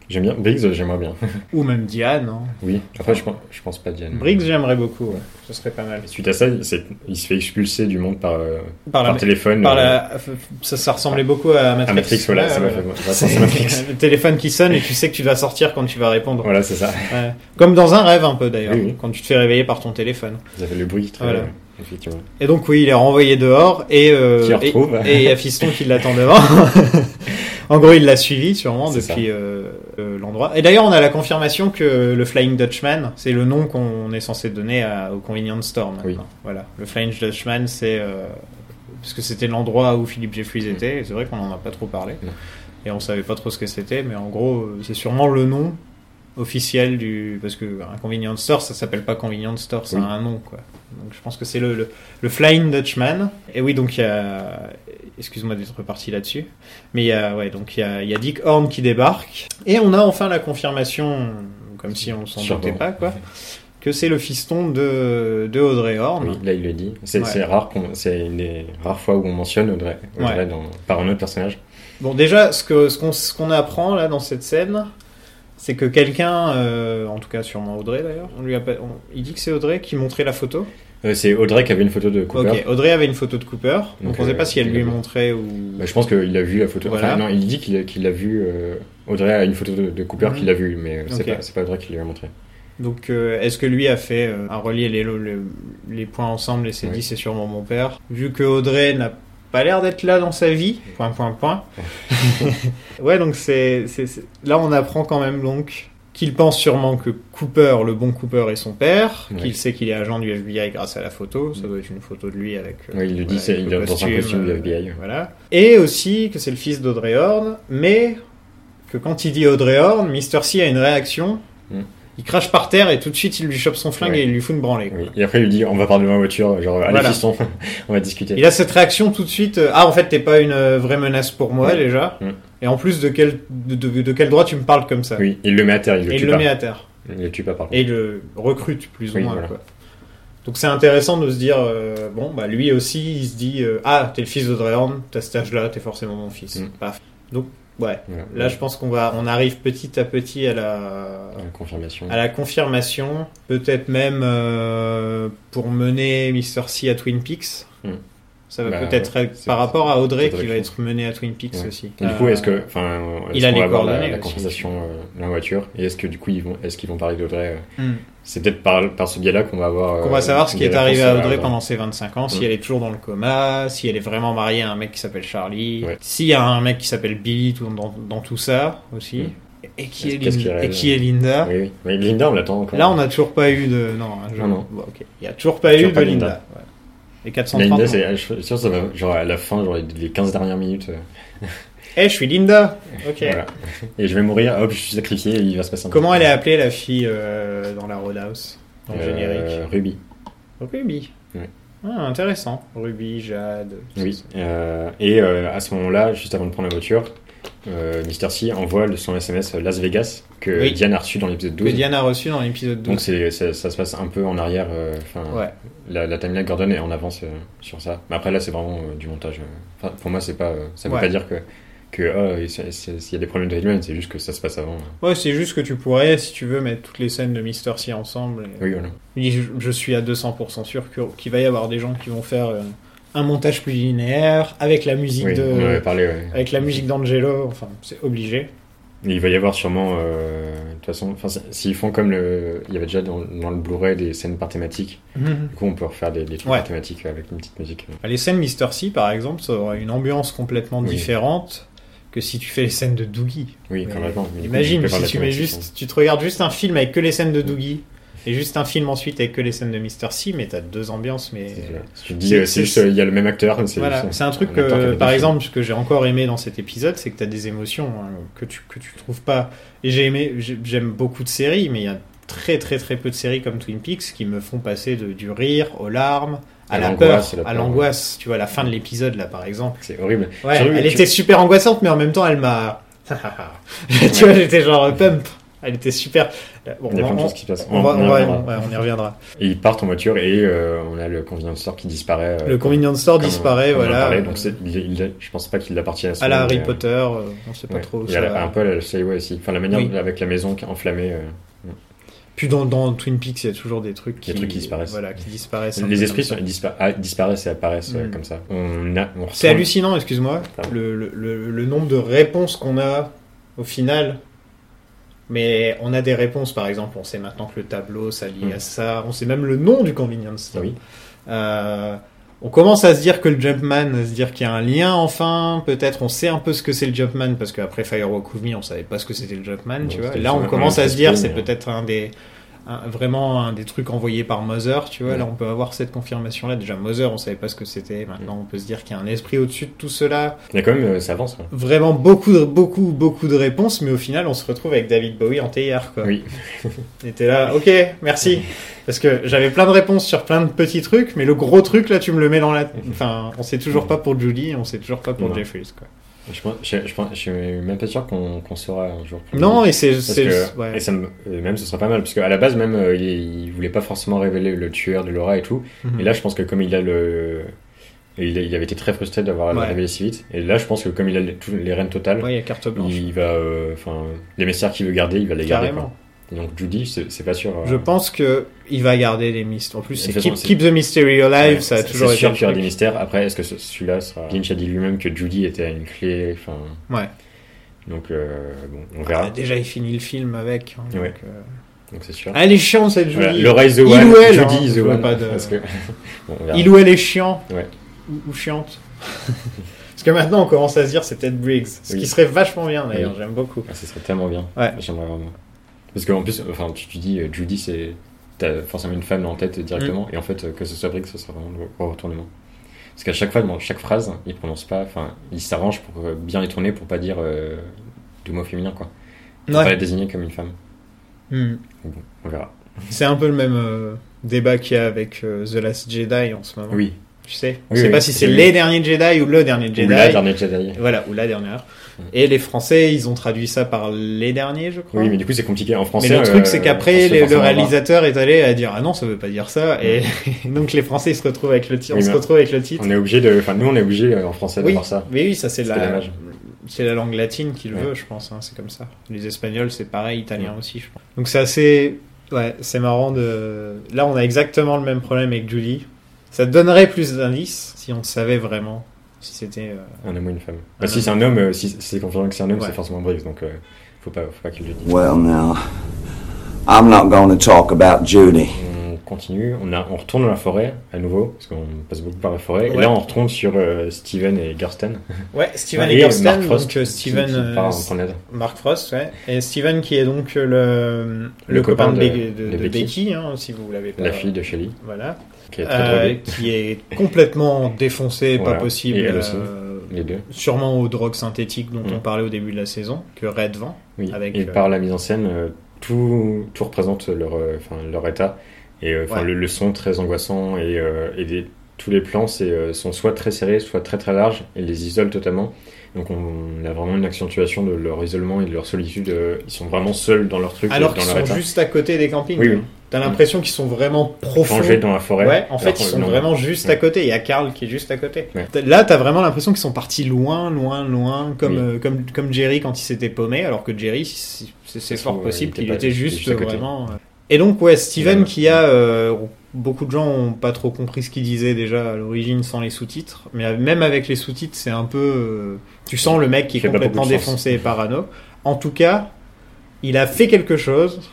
C: J'aime bien. Briggs, euh, j'aimerais bien.
B: Ou même Diane. hein.
C: oui. Après, je pense, je pense pas Diane.
B: Briggs, j'aimerais beaucoup. ouais. Ce serait pas mal.
C: Suite à ça, il, s'est- il se fait expulser du monde par, euh,
B: Par la,
C: par téléphone.
B: par
C: euh,
B: la- ça, ça ressemblait beaucoup à Matrix.
C: à Matrix, voilà,
B: Ouais,
C: ça m'a
B: ouais.
C: fait- moi,
B: C'est
C: c'est Matrix.
B: le téléphone qui sonne et tu sais que tu dois sortir quand tu vas répondre.
C: Voilà, c'est ça.
B: Ouais. Comme dans un rêve un peu d'ailleurs,
C: Oui, oui.
B: quand tu te fais réveiller par ton téléphone.
C: Ça fait le bruit très.
B: Voilà.
C: euh, effectivement.
B: Et donc oui, il est renvoyé dehors et euh,
C: Qui le
B: et-
C: retrouve.
B: et il y a Fiston qui l'attend devant. en gros, il l'a suivi sûrement
C: C'est
B: depuis euh, euh, l'endroit. Et d'ailleurs, on a la confirmation que le Flying Dutchman, c'est le nom qu'on est censé donner à- au Convenience Store maintenant.
C: Oui.
B: Voilà, le Flying Dutchman, c'est euh, parce que c'était l'endroit où Philippe Jeffries
C: Mm.
B: était. et C'est vrai qu'on en a pas trop parlé
C: Non.
B: et on savait pas trop ce que c'était, mais en gros, euh, c'est sûrement le nom officiel du parce que un convenience store ça s'appelle pas convenience store ça
C: Oui.
B: a un nom quoi donc je pense que c'est le, le le Flying Dutchman et oui donc il y a excuse-moi d'être reparti là-dessus mais il y a ouais donc il y a, il y a Dick Horn qui débarque et on a enfin la confirmation comme si on s'en
C: Sûrement.
B: doutait pas quoi que c'est le fiston de de Audrey Horn
C: Oui, là il le dit. C'est
B: Ouais.
C: c'est rare qu'on, c'est une des rares fois où on mentionne Audrey, Audrey
B: Ouais.
C: dans- par un autre personnage.
B: Bon, déjà, ce que ce qu'on ce qu'on apprend là dans cette scène, c'est que quelqu'un, euh, en tout cas sûrement Audrey d'ailleurs, on lui a pas- on- il dit que c'est Audrey qui montrait la photo.
C: Euh, c'est Audrey qui avait une photo de Cooper.
B: Ok, Audrey avait une photo de Cooper, donc,
C: Donc,
B: on ne sait
C: euh,
B: pas si elle lui
C: il a-
B: montrait ou.
C: Bah, je pense qu'il a vu la photo.
B: Voilà.
C: Enfin, non, il dit qu'il a, qu'il a vu. euh, Audrey a une photo de, de Cooper
B: Mhm.
C: qu'il a vue, mais euh, c'est
B: Ok.
C: pas, c'est pas Audrey qui lui a montré.
B: Donc, euh, est-ce que lui a fait euh, a relié les, le- les points ensemble et s'est
C: Oui.
B: dit c'est sûrement mon père Vu que Audrey n'a pas l'air d'être là dans sa vie. Point, point, point. ouais, donc c'est c'est- c'est- là on apprend quand même donc qu'il pense sûrement que Cooper, le bon Cooper, est son père,
C: Ouais.
B: qu'il sait qu'il est agent du FBI grâce à la photo, ça doit être une photo de lui avec. euh,
C: Mm. Oui, il le dit,
B: voilà,
C: c'est-
B: avec
C: il
B: le
C: est dans un costume de
B: euh,
C: FBI.
B: Voilà. Et aussi que c'est le fils d'Audrey Horn, mais que quand il dit Audrey Horn, Mr. C a une réaction.
C: Mm.
B: Il crache par terre et tout de suite il lui chope son flingue
C: Ouais.
B: et il lui fout une branlée. quoi.
C: Oui. Et après, il lui dit, on va parler de ma voiture, genre, allez,
B: Voilà.
C: fiston, on va discuter.
B: Il a cette réaction tout de suite. euh, Ah, en fait, t'es pas une euh, vraie menace pour moi
C: Ouais.
B: déjà.
C: Mm.
B: Et en plus, de quel, de, de- de quel droit tu me parles comme ça
C: Oui, il le met à terre, il le
B: Et
C: tue
B: il le
C: pas.
B: met à terre.
C: Il le tue pas, par contre.
B: Et il le recrute plus ou
C: Oui,
B: moins.
C: voilà.
B: quoi. Donc c'est intéressant de se dire euh, bon, bah lui aussi, il se dit euh, Ah, t'es le fils de Drehan, t'as cet âge-là, t'es forcément mon fils.
C: Mm.
B: Paf. Donc, ouais.
C: Voilà.
B: Là, je pense qu'on va, on arrive petit à petit à la,
C: La confirmation.
B: à la confirmation, peut-être même euh, pour mener Mr. C à Twin Peaks.
C: Hmm.
B: Ça va
C: Bah,
B: peut-être
C: ouais,
B: être
C: c'est-
B: par rapport à Audrey
C: c'est
B: qui va
C: vrai.
B: être menée à Twin Peaks
C: Ouais.
B: aussi.
C: Et du coup,
B: Euh,
C: est-ce que, enfin, euh,
B: il
C: est-ce
B: a
C: qu'on
B: les
C: va avoir la,
B: coordonnées
C: la
B: aussi.
C: conversation, euh, la voiture, et est-ce que du coup, ils vont, est-ce qu'ils vont parler d'Audrey euh,
B: hmm.
C: C'est peut-être par, par ce biais-là qu'on va avoir. euh,
B: On va savoir ce qui est arrivé à Audrey pendant ses 25 ans, si
C: Mm.
B: elle est toujours dans le coma, si elle est vraiment mariée à un mec qui s'appelle Charlie,
C: Ouais.
B: s'il y a un mec qui s'appelle Billy tout- dans, dans tout ça aussi,
C: Mm.
B: et, qui est,
C: Qu'est-ce qu'il
B: Linda,
C: révèle
B: et qui est Linda.
C: Oui, oui. Mais Linda, on l'attend encore.
B: Là, on n'a toujours pas eu de. Non, hein, je-
C: Non, non.
B: Bon, ok. il n'y a toujours pas
C: Toujours
B: eu
C: pas
B: de
C: Linda.
B: Linda. ouais. Et
C: Mais
B: 430.
C: Linda,
B: non.
C: c'est, je suis sûr, que ça va, genre, à la fin, genre, les- les 15 dernières minutes. euh,
B: Eh, je suis Linda Ok.
C: Voilà. Et je vais mourir, Ah, hop, je suis sacrifié, et il va se passer un
B: Comment elle est appelée la fille euh, dans la Roadhouse Dans le générique
C: Euh,
B: Oh,
C: Ruby.
B: Ruby.
C: Ouais.
B: Ah, intéressant. Ruby, Jade.
C: Oui. Euh, et euh, à ce moment-là, juste avant de prendre la voiture, euh, Mr. C envoie le- son SMS euh, Las Vegas que
B: Oui.
C: Diane a reçu dans l'épisode
B: Que
C: 12.
B: Diane a reçu dans l'épisode 12.
C: Donc c'est, ça, ça se passe un peu en arrière. euh, Enfin,
B: Ouais.
C: la, la timeline Gordon est en avance euh, sur ça. Mais après là, c'est vraiment euh, du montage. euh. Enfin, pour moi, c'est pas. euh, ça veut
B: Ouais.
C: pas dire que que oh, c'est- c'est- s'il y a des problèmes de timeline, c'est juste que ça se passe avant. euh.
B: Ouais, c'est juste que tu pourrais, si tu veux, mettre toutes les scènes de Mister C ensemble. et-
C: Oui, voilà.
B: Oui, Je, je suis à 200% sûr que- qu'il va y avoir des gens qui vont faire euh, un montage plus linéaire avec la musique
C: Oui,
B: de,
C: on en avait parlé. ouais.
B: avec la musique d'Angelo. Enfin, c'est obligé.
C: Et Il va y avoir sûrement, euh, de toute façon, enfin, c'est- s'ils font comme le, il y avait déjà dans, dans le Blu-ray des scènes par thématique. Du coup, on peut refaire des, des trucs
B: Ouais.
C: par thématique avec une petite musique. euh.
B: Les scènes Mister C, par exemple, ça aura une ambiance complètement
C: Oui.
B: différente que si tu fais les scènes de Doogie.
C: Oui,
B: Mais
C: complètement. Mais du coup,
B: Imagine
C: on peut faire
B: si
C: la
B: tu mets
C: thématique,
B: juste, tu te regardes juste un film avec que les scènes de Doogie et juste un film ensuite avec que les scènes de Mister C, mais t'as deux ambiances, mais.
C: hein. C'est- voilà. Si Tu dis,
B: c'est-
C: euh,
B: c'est-
C: c'est juste, euh, il y a le même acteur. mais C'est
B: Voilà,
C: juste,
B: c'est un truc,
C: acteur qui a
B: euh,
C: fait
B: par
C: des
B: exemple, ce que j'ai encore aimé dans cet épisode, c'est que tu as des émotions hein, que tu que tu trouves pas. Et j'ai aimé, j'ai- j'aime beaucoup de séries, mais il y a très très très peu de séries comme Twin Peaks qui me font passer de, du rire aux larmes, à,
C: À
B: la peur,
C: l'angoisse, à la
B: à
C: peur,
B: l'angoisse. Tu vois, la fin de l'épisode là, par exemple.
C: films. C'est horrible.
B: Ouais,
C: J'ai vu-
B: elle
C: tu-
B: était super angoissante, mais en même temps, elle m'a. tu vois, j'étais genre euh, pump. Elle était super. Euh, Bon,
C: Il y a
B: on,
C: plein de
B: on-
C: choses qui se passent.
B: on va- on
C: y
B: va-
C: reviendra.
B: ouais, on y reviendra.
C: Et ils partent en voiture et euh, on a le convenience store qui disparaît. euh,
B: Le
C: comme-
B: convenience store
C: comme-
B: disparaît,
C: comme on en
B: voilà.
C: parlait. donc c'est- il- il- je pense pas qu'il appartient à,
B: à
C: Sony,
B: la Harry
C: mais, euh,
B: Potter, euh, on sait pas
C: ouais.
B: trop. où
C: Et
B: ça
C: à la-
B: va.
C: un peu à la Shayway aussi. Enfin, la manière
B: Oui.
C: avec la maison qui est enflammée. euh,
B: Puis dans, dans Twin Peaks, il y a toujours des trucs qui,
C: Des trucs qui disparaissent.
B: Voilà, qui disparaissent. un peu
C: Les esprits
B: comme
C: sont-
B: ça.
C: dispa- ah, disparaissent et apparaissent euh,
B: Mm.
C: comme ça. On a, on
B: C'est
C: ressent-
B: hallucinant, excuse-moi,
C: Pardon.
B: le, le- le- le nombre de réponses qu'on a au final. Mais on a des réponses, par exemple, on sait maintenant que le tableau s'allie
C: Mm.
B: à ça, on sait même le nom du convenience
C: Ah
B: store.
C: Oui.
B: Euh, on commence à se dire que le Jumpman, à se dire qu'il y a un lien enfin, peut-être on sait un peu ce que c'est le Jumpman, parce qu'après Firewalk With Me, on savait pas ce que c'était le Jumpman,
C: Non,
B: tu vois.
C: c'était
B: Là, on
C: un-
B: commence
C: un
B: à se dire,
C: esprit,
B: c'est
C: mais-
B: peut-être un des, un- vraiment un des trucs envoyés par Mother, tu vois.
C: Ouais.
B: Là, on peut avoir cette confirmation-là. Déjà, Mother, on savait pas ce que c'était. Maintenant, on peut se dire qu'il y a un esprit au-dessus de tout cela.
C: Mais quand même, euh, ça avance. quoi.
B: Vraiment beaucoup, de- beaucoup, beaucoup de réponses, mais au final, on se retrouve avec David Bowie en théière, quoi.
C: Oui.
B: Et t'es là, ok, merci. Parce que j'avais plein de réponses sur plein de petits trucs, mais le gros truc, là, tu me le mets dans la... Enfin, on sait toujours pas pour Julie, on sait toujours pas pour
C: Non.
B: Jeffries, quoi.
C: Je, pense- je, je pense- je suis même pas sûr qu'on qu'on saura un jour.
B: Non, et c'est...
C: Parce
B: c'est-
C: que-
B: ouais.
C: et ça me- euh, même ce serait pas mal parce qu'à la base même euh, il, il voulait pas forcément révéler le tueur de Laura et tout
B: Mhm.
C: et là je pense que comme il a le il, il avait été très frustré d'avoir
B: Ouais.
C: révélé si vite et là je pense que comme il a les, tous les rênes totales
B: Ouais, il y a carte blanche.
C: il va euh, enfin les mystères qu'il veut garder il va les garder
B: Carrément.
C: quoi. et donc Judy c'est c'est pas sûr euh,
B: Je pense que il va garder les mystères. En plus,
C: De
B: c'est
C: toute façon,
B: keep,
C: c'est-
B: keep the Mystery Alive,
C: ouais,
B: ça a
C: c'est-
B: toujours
C: c'est
B: été
C: sûr
B: le
C: qu'il y aura des
B: truc.
C: mystères après est-ce que ce- celui-là sera Lynch a dit lui-même que Judy était une clé enfin
B: Ouais.
C: donc euh, bon on verra
B: Ah, Déjà, il finit le film avec. hein,
C: Ouais.
B: donc, euh,
C: donc c'est sûr
B: Elle est chiante, cette Julie.
C: voilà, Laura is the
B: Il
C: one
B: ou elle,
C: Judy
B: hein,
C: is
B: je
C: the
B: vois
C: one
B: pas de-
C: parce que Bon, on verra.
B: Il ou elle est chiant.
C: Ouais.
B: Ou, ou chiante. Parce que maintenant, on commence à se dire, c'est peut-être Briggs. Ce
C: Oui.
B: qui serait vachement bien, d'ailleurs.
C: Oui.
B: J'aime beaucoup.
C: Ah, ce serait tellement bien.
B: Ouais.
C: J'aimerais vraiment. Parce qu'en plus, enfin, tu, tu dis euh, Judy, c'est. T'as forcément une femme en tête directement,
B: Mm.
C: et en fait, euh, que ce soit Brick, ce sera vraiment le gros retournement. Parce qu'à chaque fois, dans chaque phrase, il prononce pas, enfin, il s'arrange pour euh, bien les tourner pour pas dire euh, de mots féminins, quoi. Pour
B: Ouais.
C: pas la désigner comme une femme.
B: Hmm.
C: Donc Bon, on verra.
B: C'est un peu le même euh, débat qu'il y a avec euh, The Last Jedi en ce moment.
C: Oui,
B: Tu sais, on
C: Oui,
B: sait
C: oui,
B: pas si c'est
C: oui.
B: les derniers Jedi ou le dernier Jedi.
C: ou la dernière Jedi.
B: Voilà, ou la dernière.
C: Mm.
B: Et les Français, ils ont traduit ça par les derniers, je crois.
C: Oui, mais du coup, c'est compliqué en
B: Mais
C: français.
B: le truc,
C: euh,
B: c'est
C: on
B: qu'après,
C: se
B: les- le
C: forcément
B: réalisateur est allé à dire Ah non, ça veut pas dire ça. Et donc, les Français, ils se retrouvent avec le, ti- on
C: Hmm. Oui,
B: se
C: mais-
B: retrouve avec le
C: avoir-
B: titre.
C: On est obligé de. Enfin, nous, on est obligé euh, en français de
B: Oui,
C: voir ça.
B: mais oui, ça, c'est
C: C'était
B: la,
C: dommage.
B: c'est la langue latine qui le
C: Ouais.
B: veut, je pense. hein, c'est comme ça. Les Espagnols, c'est pareil, Italiens aussi, je pense. Donc, c'est assez. Ouais, c'est marrant de. Là, on a exactement le même problème avec Julie. Ça donnerait plus d'indices si on savait vraiment si c'était. euh,
C: Un homme ou une femme.
B: Un
C: Bah, si
B: homme.
C: c'est un homme, euh, si si c'est confirmé que c'est un homme,
B: Ouais.
C: c'est forcément Brick, donc euh, faut pas, faut pas qu'il le dise.
D: Well, now, I'm not going to talk about Judy.
C: On continue, on, a, on retourne dans la forêt à nouveau, parce qu'on passe beaucoup par la forêt. Et
B: Ouais.
C: là, on retourne sur euh, Steven et Garsten.
B: Ouais, Steven
C: Et
B: Eggleston,
C: Mark Frost,
B: donc euh,
C: qui-
B: Steven,
C: qui
B: euh,
C: part en tornade.
B: Mark Frost, ouais. Et Steven qui est donc euh, le, le, copain, de, Be- de-
C: de
B: de Becky,
C: Becky.
B: hein, si vous l'avez pas.
C: la fille de Shelly,
B: Voilà.
C: qui est très
B: Euh,
C: droguée,
B: qui est complètement défoncée,
C: Voilà.
B: pas possible.
C: Et elle aussi.
B: euh,
C: les deux.
B: sûrement aux drogues synthétiques dont
C: Mm.
B: on parlait au début de la saison, que Red vend.
C: Oui.
B: avec,
C: et
B: euh,
C: par la mise en scène, euh, tout, tout représente leur, euh, enfin, leur état. Et euh, enfin,
B: Ouais.
C: le, le son très angoissant et, euh, et des- tous les plans c'est, euh, sont soit très serrés, soit très très larges et les isolent totalement. Donc on, on a vraiment une accentuation de leur isolement et de leur solitude. euh, ils sont vraiment seuls dans leur truc,
B: Alors
C: dans
B: qu'ils
C: leur
B: sont
C: état.
B: juste à côté des campings.
C: Oui, oui. Mm.
B: T'as l'impression qu'ils sont vraiment profonds.
C: plongés dans la forêt.
B: Ouais, en
C: Alors
B: fait, ils
C: qu'on-
B: sont
C: non,
B: vraiment juste à
C: Ouais.
B: côté. Il y a Carl qui est juste à côté.
C: Ouais.
B: T'as- Là, t'as vraiment l'impression qu'ils sont partis loin, loin, loin, comme,
C: Oui.
B: euh, comme, comme Jerry quand il s'était paumé, alors que Jerry, si- c'est c'est
C: Ça se
B: fort
C: trouve,
B: possible
C: il était
B: qu'il
C: pas- il
B: était
C: était
B: juste
C: juste à
B: euh,
C: côté.
B: vraiment. euh. Et donc, ouais, Steven
C: Ouais.
B: qui a. euh, beaucoup de gens ont pas trop compris ce qu'il disait déjà à l'origine sans les sous-titres. Mais même avec les sous-titres, c'est un peu. euh, tu sens le mec qui est
C: Qui a pas
B: complètement
C: beaucoup de chance.
B: défoncé et parano. En tout cas, il a fait quelque chose.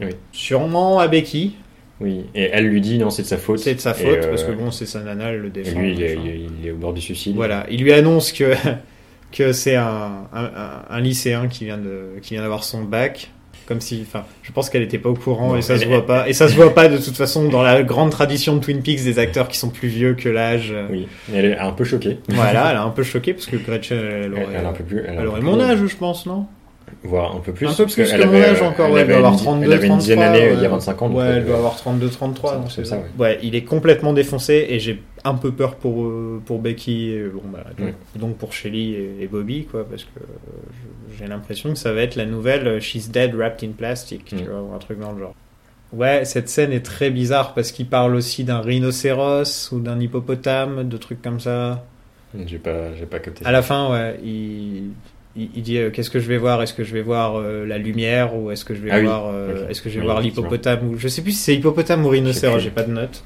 C: Oui.
B: Sûrement à Becky,
C: Oui, et elle lui dit non, c'est de sa faute.
B: c'est de sa
C: Et,
B: faute,
C: euh,
B: parce que bon, c'est sa nana, elle le
C: et
B: défend.
C: lui, il est,
B: machin.
C: il est- il est au bord du suicide.
B: Voilà, il lui annonce que, que c'est un, un, un- un lycéen qui vient de- qui vient d'avoir son bac. Comme si, enfin, je pense qu'elle n'était pas au courant
C: Non,
B: et ça
C: elle-
B: se voit pas. Et ça se voit pas de toute façon dans la grande tradition de Twin Peaks des acteurs qui sont plus vieux que l'âge.
C: Oui, Et elle est un peu choquée.
B: Voilà, elle a un peu choqué parce que Gretchen, elle
C: Elle,
B: aurait,
C: elle a un peu plus. Elle, a
B: elle
C: un
B: aurait
C: peu
B: mon
C: plus-
B: âge, je pense, non
C: Voire un peu plus.
B: Un peu
C: parce
B: plus
C: qu'elle
B: que mon
C: avait,
B: âge
C: euh,
B: encore,
C: elle
B: ouais, elle doit
C: avait
B: avoir
C: une di-
B: 32,
C: Elle avait une dizaine
B: 33,
C: d'années euh, il y
B: ouais.
C: a 25 ans. donc,
B: Ouais, elle
C: euh,
B: doit avoir 32, 33.
C: c'est
B: donc
C: ça,
B: c'est
C: ça,
B: ça.
C: ouais.
B: Ouais, il est complètement défoncé et j'ai un peu peur pour, euh, pour Becky et bon, bah, donc,
C: Ouais.
B: donc pour Shelly et, et Bobby, quoi, parce que euh, je- j'ai l'impression que ça va être la nouvelle euh, She's Dead Wrapped in Plastic, tu
C: Mm.
B: vois, ou un truc dans le genre. Ouais, cette scène est très bizarre parce qu'il parle aussi d'un rhinocéros ou d'un hippopotame, de trucs comme ça.
C: J'ai pas, j'ai pas capté.
B: À la fin, ouais, il, il, il dit euh, qu'est-ce que je vais voir Est-ce que je vais voir euh, la lumière ou est-ce que je vais
C: Ah oui,
B: voir euh,
C: ok.
B: est-ce que je vais
C: Oui,
B: voir
C: effectivement.
B: l'hippopotame ou je sais plus si c'est hippopotame ou rhinocéros,
C: plus.
B: j'ai pas de notes.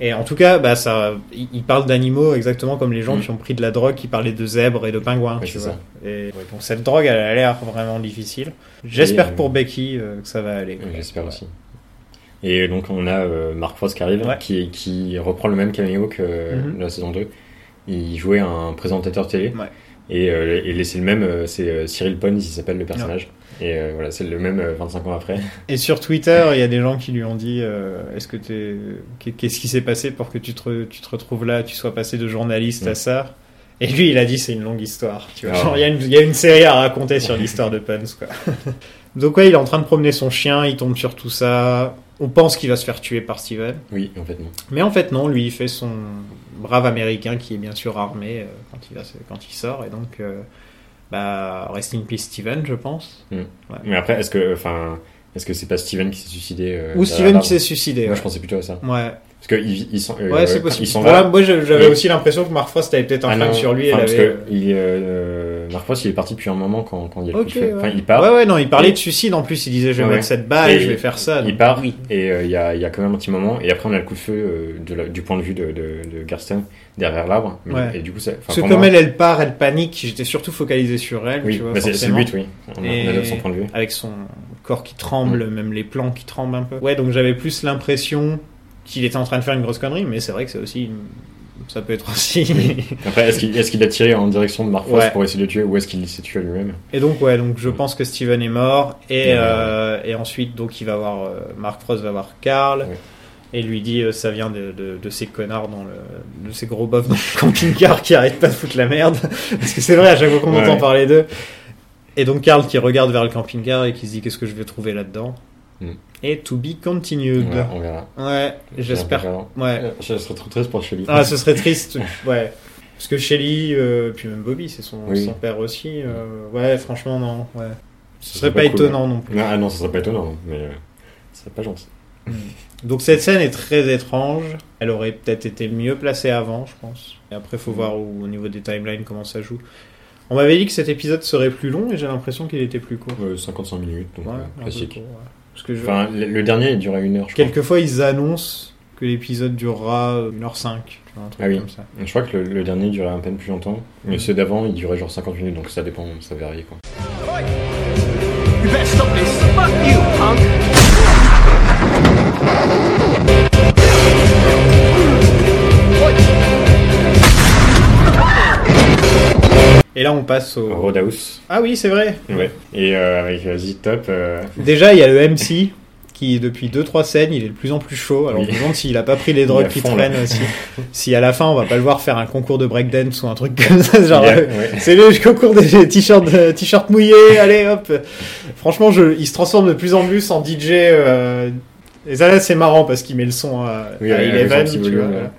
B: Et en tout cas, bah ça, il il parle d'animaux exactement comme les gens
C: Mm.
B: qui ont pris de la drogue, qui parlaient de zèbres et de pingouins.
C: Oui,
B: tu
C: c'est
B: vois.
C: ça.
B: Et ouais, donc cette drogue, elle a l'air vraiment difficile. J'espère
C: Et, euh,
B: pour Becky euh, que ça va aller.
C: Euh, J'espère
B: Ouais.
C: aussi. Et donc on a euh, Mark Frost qui arrive,
B: Ouais.
C: qui, qui reprend le même caméo que euh,
B: Mhm.
C: la saison 2. Il jouait un présentateur télé.
B: Ouais.
C: Et, euh, et c'est le même, euh, c'est euh, Cyril Pons, il s'appelle le personnage. Et euh, voilà, c'est le même euh, 25 ans après.
B: Et sur Twitter, il y a des gens qui lui ont dit euh, Est-ce que t'es qu'est- qu'est-ce qui s'est passé pour que tu te, re- tu te retrouves là, tu sois passé de journaliste à
C: Mm.
B: ça Et lui, il a dit c'est une longue histoire. Tu vois,
C: Ah.
B: Genre, il y, a une- il y a une série à raconter sur l'histoire de Pons. Quoi. Donc ouais, il est en train de promener son chien, il tombe sur tout ça. On pense qu'il va se faire tuer par Steven,
C: Oui, en fait, non.
B: mais en fait non, lui il fait son brave américain qui est bien sûr armé euh, quand il va se- quand il sort et donc euh, bah rest in peace Steven, je pense.
C: Mais après, est-ce que, enfin, est-ce que c'est pas Steven qui s'est suicidé euh,
B: Ou
C: derrière
B: Steven
C: l'arbre
B: qui s'est suicidé.
C: Moi,
B: Ouais.
C: je pensais plutôt à ça.
B: ouais.
C: Parce que il, il s'en- euh,
B: Ouais, c'est
C: quand
B: possible.
C: Il s'en
B: Voilà,
C: va.
B: moi je- j'avais
C: Et-
B: aussi l'impression que Mark Frost avait peut-être un
C: Ah
B: fringue
C: non,
B: sur lui.
C: enfin,
B: elle
C: parce
B: avait...
C: que il, euh, Mark Frost, il est parti depuis un moment quand, quand il y a le
B: Ok,
C: coup de feu. Enfin,
B: ouais.
C: il part.
B: ouais, ouais, non, il parlait
C: Et-
B: de suicide en plus. Il disait, je vais
C: Ouais,
B: mettre
C: ouais.
B: cette balle,
C: Et
B: je vais faire ça.
C: Il
B: Donc,
C: part
B: Ah, oui.
C: et euh, il y, a, il y a quand même un petit moment et après on a le coup de feu euh, de la- du point de vue de, de, de Garsten derrière l'arbre Mais-
B: Ouais.
C: et du coup ça enfin,
B: Parce que
C: pour
B: comme
C: moi-
B: elle, elle part, elle panique. J'étais surtout focalisé sur elle,
C: oui
B: tu vois,
C: bah, c'est c'est le
B: forcément.
C: but oui on, a- on adopte
B: Et-
C: son point de vue
B: Avec son corps qui
C: Mm.
B: tremble, même les plans qui tremblent un peu. Ouais, donc j'avais plus l'impression qu'il était en train de faire une grosse connerie, mais c'est vrai que c'est aussi une- ça peut être aussi.
C: Après, est-ce qu'il est-ce qu'il a tiré en direction de Mark Frost
B: Ouais.
C: pour essayer de le tuer ou est-ce qu'il s'est tué lui-même
B: Et donc ouais, donc je pense que Steven est mort et,
C: Ouais.
B: euh, et ensuite donc il va voir euh, Mark Frost va voir Carl
C: Ouais.
B: et lui dit euh, ça vient de, de, de ces connards dans le de ces gros bofs dans le camping-car qui arrêtent pas de foutre la merde parce que c'est vrai à chaque fois qu'on
C: Ouais.
B: entend parler d'eux. Et donc Carl qui regarde vers le camping-car et qui se dit qu'est-ce que je vais trouver là-dedans
C: Mm.
B: et to be continued.
C: Ouais, On verra.
B: Ouais, j'espère.
C: On
B: Ouais.
C: verra. Je serais trop triste pour Shelly.
B: Ah, ce serait triste. ouais. Parce que Shelly, euh, puis même Bobby, c'est son,
C: Oui.
B: son père aussi. euh, ouais, franchement, non. Ouais. Ce
C: Ce
B: serait
C: serait
B: pas,
C: pas cool,
B: étonnant non plus.
C: Non, ah non, ça serait pas étonnant, mais euh, ça serait pas gentil.
B: Donc cette scène est très étrange. Elle aurait peut-être été mieux placée avant, je pense. Et après,
C: Mm.
B: faut voir où- au niveau des timelines comment ça joue. On m'avait dit que cet épisode serait plus long et j'ai l'impression qu'il était plus court.
C: Euh, 55 minutes, donc
B: Ouais,
C: euh,
B: un peu
C: classique.
B: court, ouais. Parce que je-
C: Enfin, le, le dernier, il durait une heure, je
B: quelquefois, ils annoncent que l'épisode durera 1h05. Tu vois, un truc
C: Ah oui.
B: comme ça.
C: crois. Je crois que le, le dernier durait à peine plus longtemps, mais ceux d'avant, ils duraient genre 50 minutes, donc ça dépend, ça varie quoi.
E: You better stop this. Fuck you, punk.
B: Et là, on passe au.
C: Roadhouse,
B: Ah oui, c'est vrai.
C: ouais. Et euh, avec euh, Z-Top, euh,
B: Déjà, il y a le MC qui, depuis 2-3 scènes, il est de plus en plus chaud. Alors,
C: Oui.
B: on me demande s'il a pas pris les
C: est
B: drogues
C: à
B: qui
C: fond, là.
B: traînent aussi. Si à la fin, on va pas le voir faire un concours de breakdance ou un truc comme ça. Genre,
C: il y a-
B: euh,
C: ouais.
B: c'est le concours des t-shirts euh, t-shirts mouillés, allez hop. Franchement, je, il se transforme de plus en plus en DJ. euh, et ça, là, c'est marrant parce qu'il met le son à,
C: Oui,
B: à
C: avec un
B: Eleven.
C: petit
B: tu
C: volume,
B: vois,
C: ouais.
B: voilà.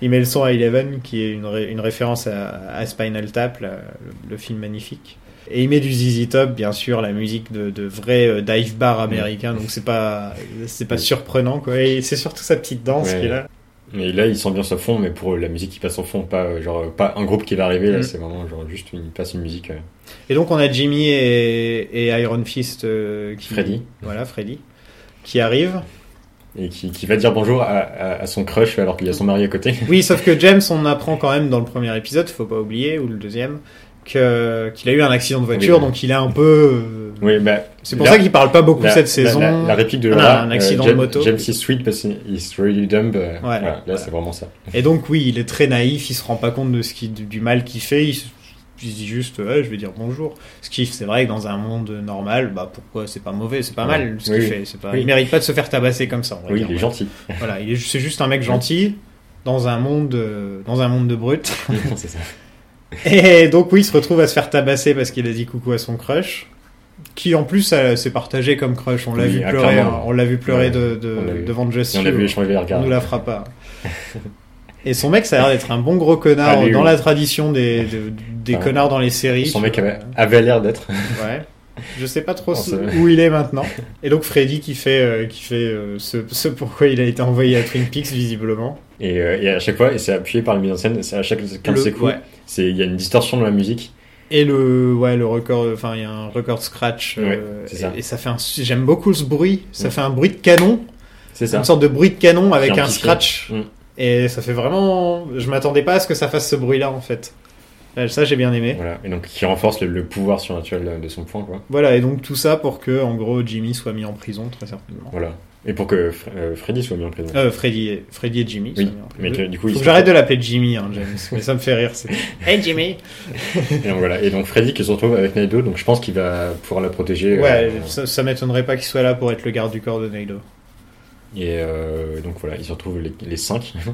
B: Il met le son à Eleven, qui est une, ré- une référence à, à Spinal Tap, là, le, le film magnifique. Et il met du ZZ Top, bien sûr, la musique de, de vrai euh, dive bar américain, donc c'est pas c'est pas
C: Oui.
B: surprenant quoi. Et c'est surtout sa petite danse
C: Ouais.
B: qu'il a.
C: Et là, ils s'ambiancent à fond, mais pour euh, la musique qui passe en fond, pas, euh, genre, euh, pas un groupe qui va arriver, là,
B: Mhm.
C: c'est vraiment genre juste, ils passent une musique. euh,
B: Et donc on a Jimmy et, et Iron Fist euh, qui
C: Freddy.
B: voilà Freddy qui arrive.
C: et qui, qui va dire bonjour à, à- à son crush alors qu'il y a son mari à côté.
B: Oui, sauf que James on apprend quand même dans le premier épisode, faut pas oublier ou le deuxième que qu'il a eu un accident de voiture
C: Oui.
B: donc il a un peu euh,
C: Oui, bah,
B: c'est pour
C: la-
B: ça qu'il parle pas beaucoup
C: la,
B: cette
C: la-
B: saison.
C: La, la réplique de
B: Ah,
C: Laura, euh,
B: un accident de moto.
C: James is sweet parce he's really dumb. euh, voilà, là,
B: voilà.
C: c'est vraiment ça.
B: Et donc oui, il est très naïf, il se rend pas compte de ce qui, du, du mal qu'il fait, il, se il se dit juste Ouais, je vais dire bonjour. Ce qui c'est vrai que dans un monde normal, bah pourquoi c'est pas mauvais, c'est pas
C: Ouais.
B: mal ce
C: Oui,
B: qu'il
C: oui.
B: fait, c'est pas
C: Oui.
B: il mérite pas de se faire tabasser comme ça, on va
C: Oui,
B: dire.
C: il est gentil.
B: Voilà, il est- c'est juste un mec gentil dans un monde euh, dans un monde de brutes.
C: c'est ça.
B: Et donc oui, il se retrouve à se faire tabasser parce qu'il a dit coucou à son crush, qui en plus euh, s'est partagé comme crush. On l'a
C: Oui,
B: vu
C: ah,
B: pleurer,
C: clairement.
B: hein. on l'a vu pleurer
C: Ouais,
B: de, de-
C: on l'a vu.
B: devant Jesse.
C: Et on a vu échanger les regards.
B: On nous la fera pas. Et son mec, ça a l'air d'être un bon gros connard
C: Allez,
B: dans
C: Ah, oui.
B: la tradition des, de- des
C: Ouais.
B: connards dans les séries.
C: Son
B: tu
C: mec
B: vois.
C: avait, avait l'air d'être.
B: Ouais. Je sais pas trop
C: Non,
B: ce-
C: c'est-
B: où il est maintenant. Et donc Freddy qui fait, euh, qui fait euh, ce, ce pourquoi il a été envoyé à Twin Peaks visiblement.
C: Et, euh, et à chaque fois, et c'est appuyé par le mise en scène, c'est à chaque 15
B: Le-
C: secondes,
B: ouais.
C: c'est- il y a une distorsion dans la musique.
B: Et le ouais le record, enfin il y a un record scratch. euh,
C: Ouais, c'est ça.
B: Et, et ça fait un, su- j'aime beaucoup ce bruit. Ça
C: Mm.
B: fait un bruit de canon,
C: C'est
B: une
C: ça.
B: sorte de bruit de canon avec
C: Qui est
B: un
C: amplifié.
B: scratch.
C: Mm.
B: Et ça fait vraiment, je m'attendais pas à ce que ça fasse ce bruit-là en fait. Euh, Ça j'ai bien aimé.
C: Voilà. Et donc, qui renforce le, le pouvoir surnaturel de- de son point, quoi.
B: Voilà, et donc tout ça pour que, en gros, Jimmy soit mis en prison, très certainement.
C: Voilà. Et pour que Fre- euh, Freddy soit mis en prison.
B: Euh, Freddy et, Freddy et Jimmy.
C: Oui,
B: soient mis en prison.
C: mais que, du coup,
B: Faut
C: il
B: que j'arrête de l'appeler Jimmy, hein, James, mais ça me fait rire. c'est- Hey Jimmy
C: Et donc, voilà. Et donc, Freddy qui se retrouve avec Naido, donc je pense qu'il va pouvoir la protéger.
B: Ouais,
C: euh,
B: ça, ça m'étonnerait pas qu'il soit là pour être le garde du corps de Naido.
C: Et euh, donc voilà, ils se retrouvent les, les cinq.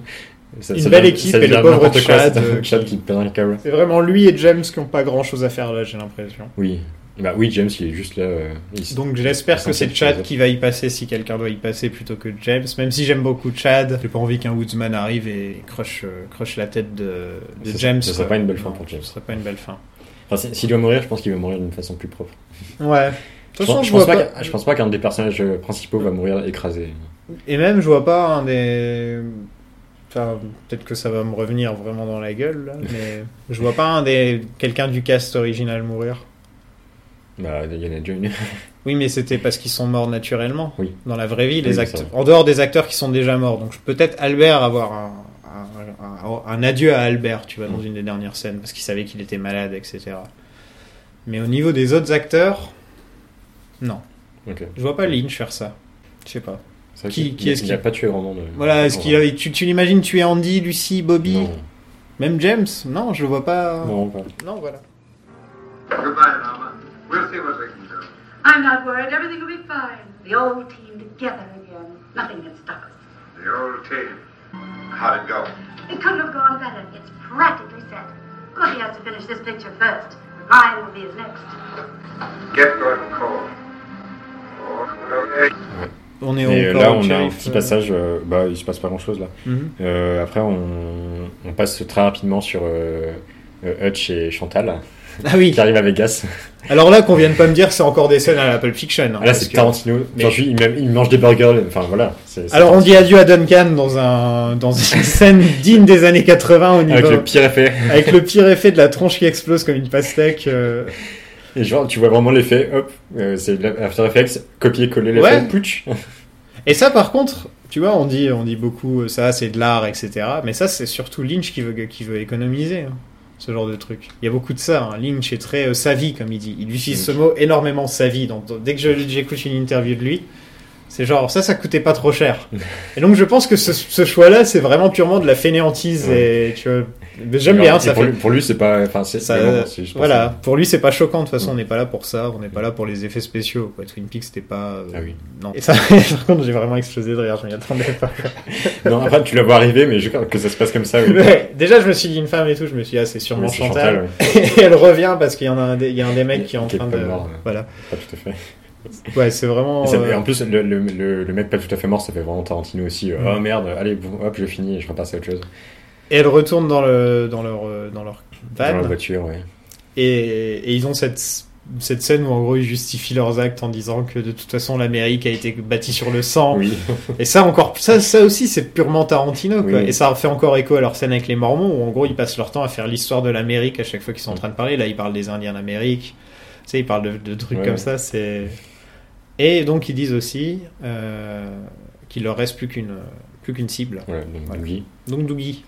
C: Ça-
B: Une
C: ça
B: belle
C: devient-
B: équipe
C: ça
B: et le
C: devient
B: pauvre
C: n'importe quoi,
B: Chad,
C: c'est un
B: euh,
C: Chad qui perd un câble.
B: C'est vraiment lui et James qui ont pas grand chose à faire là, j'ai l'impression.
C: Oui. Bah oui, James, il est juste là. euh, il se-
B: Donc j'espère que c'est Chad qui va y passer si quelqu'un doit y passer plutôt que James. Même si j'aime beaucoup Chad, j'ai pas envie qu'un Woodsman arrive et crush, euh, crush la tête de, de
C: Ça-
B: James.
C: ça serait
B: quoi.
C: pas une belle fin
B: Non,
C: pour James.
B: Ce serait pas une belle fin.
C: Enfin, c'est- S'il doit mourir, je pense qu'il va mourir d'une façon plus propre.
B: Ouais. De
C: Je
B: toute façon,
C: pense,
B: je
C: je pense
B: vois
C: pas,
B: pas.
C: qu'un- je pense pas qu'un des personnages euh, principaux va mourir écrasé.
B: Et même, je vois pas un des. Enfin, peut-être que ça va me revenir vraiment dans la gueule, là, mais je vois pas un des. quelqu'un du cast original mourir.
C: Bah, il y en a déjà une.
B: Oui, mais c'était parce qu'ils sont morts naturellement.
C: Oui.
B: Dans la vraie vie,
C: Oui,
B: les
C: c'est
B: acteurs.
C: vrai.
B: En dehors des acteurs qui sont déjà morts. Donc, je- peut-être Albert avoir un, un- un- un adieu à Albert, tu vois,
C: Mm.
B: dans une des dernières scènes, parce qu'il savait qu'il était malade, etc. Mais au niveau des autres acteurs, non.
C: Ok. Mm.
B: Je vois pas Lynch faire ça. Je sais pas.
C: C'est vrai
B: Qui-
C: qu'il-
B: qui est-ce
C: il a
B: qui-
C: pas tué vraiment de... hein.
B: Voilà, est-ce qu'il a- tu, tu l'imagines tuer Andy, Lucy, Bobby,
C: Non,
B: même James Non, je le vois pas.
C: non, pas.
B: Non, voilà.
F: Goodbye, Mama. We'll see what we can do.
G: I'm not worried. Everything will be fine. The old team together again. Nothing can stop us.
F: The old team. How'd it go?
G: It couldn't have gone better. It's practically set. Of course, he has to finish this picture first. Mine will be his next.
F: Get Gordon Cole. Oh, okay.
B: On est
C: Et
B: encore
C: là,
B: au
C: on a un
B: shérif,
C: petit
B: euh,
C: passage, euh, bah, il se passe pas grand chose là.
B: mhm.
C: Euh, après, on, on passe très rapidement sur euh, euh, Hutch et Chantal
B: Ah oui,
C: qui arrivent à Vegas.
B: alors là qu'on vienne pas me dire que c'est encore des scènes à l'Apple Fiction. hein,
C: Ah, là,
B: parce
C: c'est
B: que-
C: Tarantino. Genre,
B: Mais-
C: je dis, il, même- il mange des burgers, enfin voilà. c'est- c'est
B: Alors on dit adieu à Duncan dans, un, dans une scène digne des années 80 au niveau...
C: Avec le pire effet.
B: avec le pire effet de la tronche qui explose comme une pastèque. euh,
C: Et genre, tu vois vraiment l'effet, hop, euh, c'est de la- After Effects, copier-coller l'effet,
B: Ouais.
C: putsch.
B: Et ça, par contre, tu vois, on dit, on dit beaucoup euh, ça, c'est de l'art, etc. Mais ça, c'est surtout Lynch qui veut, qui veut économiser hein, ce genre de truc. Il y a beaucoup de ça. hein. Lynch est très euh, sa vie, comme il dit. Il utilise ce mot énormément sa vie. Donc, dès que je- j'écoute une interview de lui, c'est genre ça, ça coûtait pas trop cher. Et donc, je pense que ce, ce choix-là, c'est vraiment purement de la fainéantise. Et tu vois, mais j'aime
C: Genre,
B: bien.
C: et
B: Ça
C: pour,
B: fait-
C: lui, pour lui, c'est pas. Enfin, c'est.
B: Ça,
C: mais bon, c'est juste pour
B: voilà,
C: ça.
B: pour lui c'est pas choquant, de toute
C: Mm.
B: façon on n'est pas là pour ça, on n'est pas là pour les effets spéciaux. Quoi. Twin Peaks c'était pas... euh,
C: Ah oui.
B: Non. Et ça, par contre j'ai vraiment explosé de rire, je m'y attendais pas.
C: Non, après, tu la vois arriver, mais je crois que ça se passe comme ça. oui.
B: Ouais, Déjà je me suis dit une femme et tout, je me suis dit ah c'est sûrement
C: Mais c'est
B: Chantal.
C: ouais.
B: Et elle revient parce qu'il y en a un des, il y a un des mecs qui est en
C: Qui est
B: train
C: pas
B: de...
C: mort, ouais.
B: Voilà.
C: Pas tout à fait.
B: Ouais c'est vraiment...
C: Et, ça-
B: euh,
C: et en plus, le, le, le, le mec pas tout à fait mort, ça fait vraiment Tarantino aussi. euh,
B: Mm.
C: Oh merde, allez, bon, hop, je finis et je repasse à autre chose.
B: Et elle retourne dans, le, dans leur, euh, dans leur
C: Dans
B: van
C: la voiture, ouais.
B: et, et ils ont cette... Cette scène où en gros ils justifient leurs actes en disant que de toute façon l'Amérique a été bâtie sur le sang,
C: Oui.
B: Et ça encore, ça, ça aussi c'est purement Tarantino quoi.
C: Oui.
B: Et ça fait encore écho à leur scène avec les Mormons où en gros ils passent leur temps à faire l'histoire de l'Amérique à chaque fois qu'ils sont en train de parler. Là ils parlent des Indiens d'Amérique, tu sais ils parlent de, de trucs
C: Ouais,
B: comme
C: ouais.
B: ça. C'est et donc ils disent aussi euh, qu'il leur reste plus qu'une plus qu'une cible.
C: Voilà, donc
B: Voilà.
C: Dougie,
B: Donc Dougie,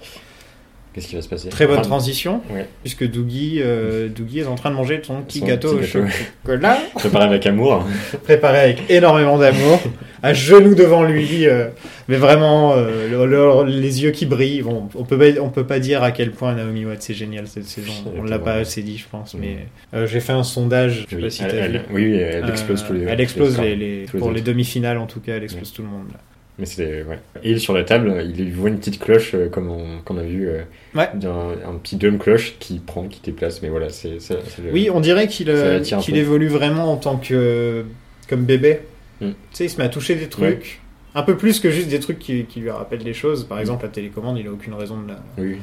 C: qu'est-ce qui va se passer
B: très bonne
C: Enfin,
B: transition
C: Ah. Ouais.
B: puisque Dougie euh, Dougie est en train de manger son petit
C: Son
B: gâteau au
C: petit gâteau.
B: chocolat
C: Préparé avec amour.
B: préparé avec énormément d'amour, à genoux devant lui, euh, mais vraiment euh, le- le- les yeux qui brillent. Bon, on peut pas- on peut pas dire à quel point Naomi Watts c'est génial cette saison. On l'a pas assez dit, je pense. Mais euh, j'ai fait un sondage. Je sais
C: Mm. Oui,
B: pas si
C: elle,
B: t'as vu.
C: elle- oui, oui, elle explose
B: Euh,
C: tous les.
B: Elle explose
C: tous
B: les, les-
C: tous les
B: pour les
C: autres.
B: demi-finales en tout cas. Elle explose tout le monde. là.
C: Mais c'était ouais. Et il sur la table, il voit une petite cloche euh, comme on, qu'on a vu, euh,
B: Ouais.
C: d'un- un, petit dôme cloche qui prend, qui déplace. Mais voilà, c'est ça. c'est le-
B: Oui, on dirait qu'il
C: Euh, ça
B: euh,
C: l'attire un
B: qu'il
C: peu.
B: évolue vraiment en tant que comme bébé.
C: Mm.
B: Tu sais, il se met à toucher des trucs. Un peu plus que juste des trucs qui, qui lui rappellent des choses. Par exemple, la télécommande, il a aucune raison de la,
C: Oui.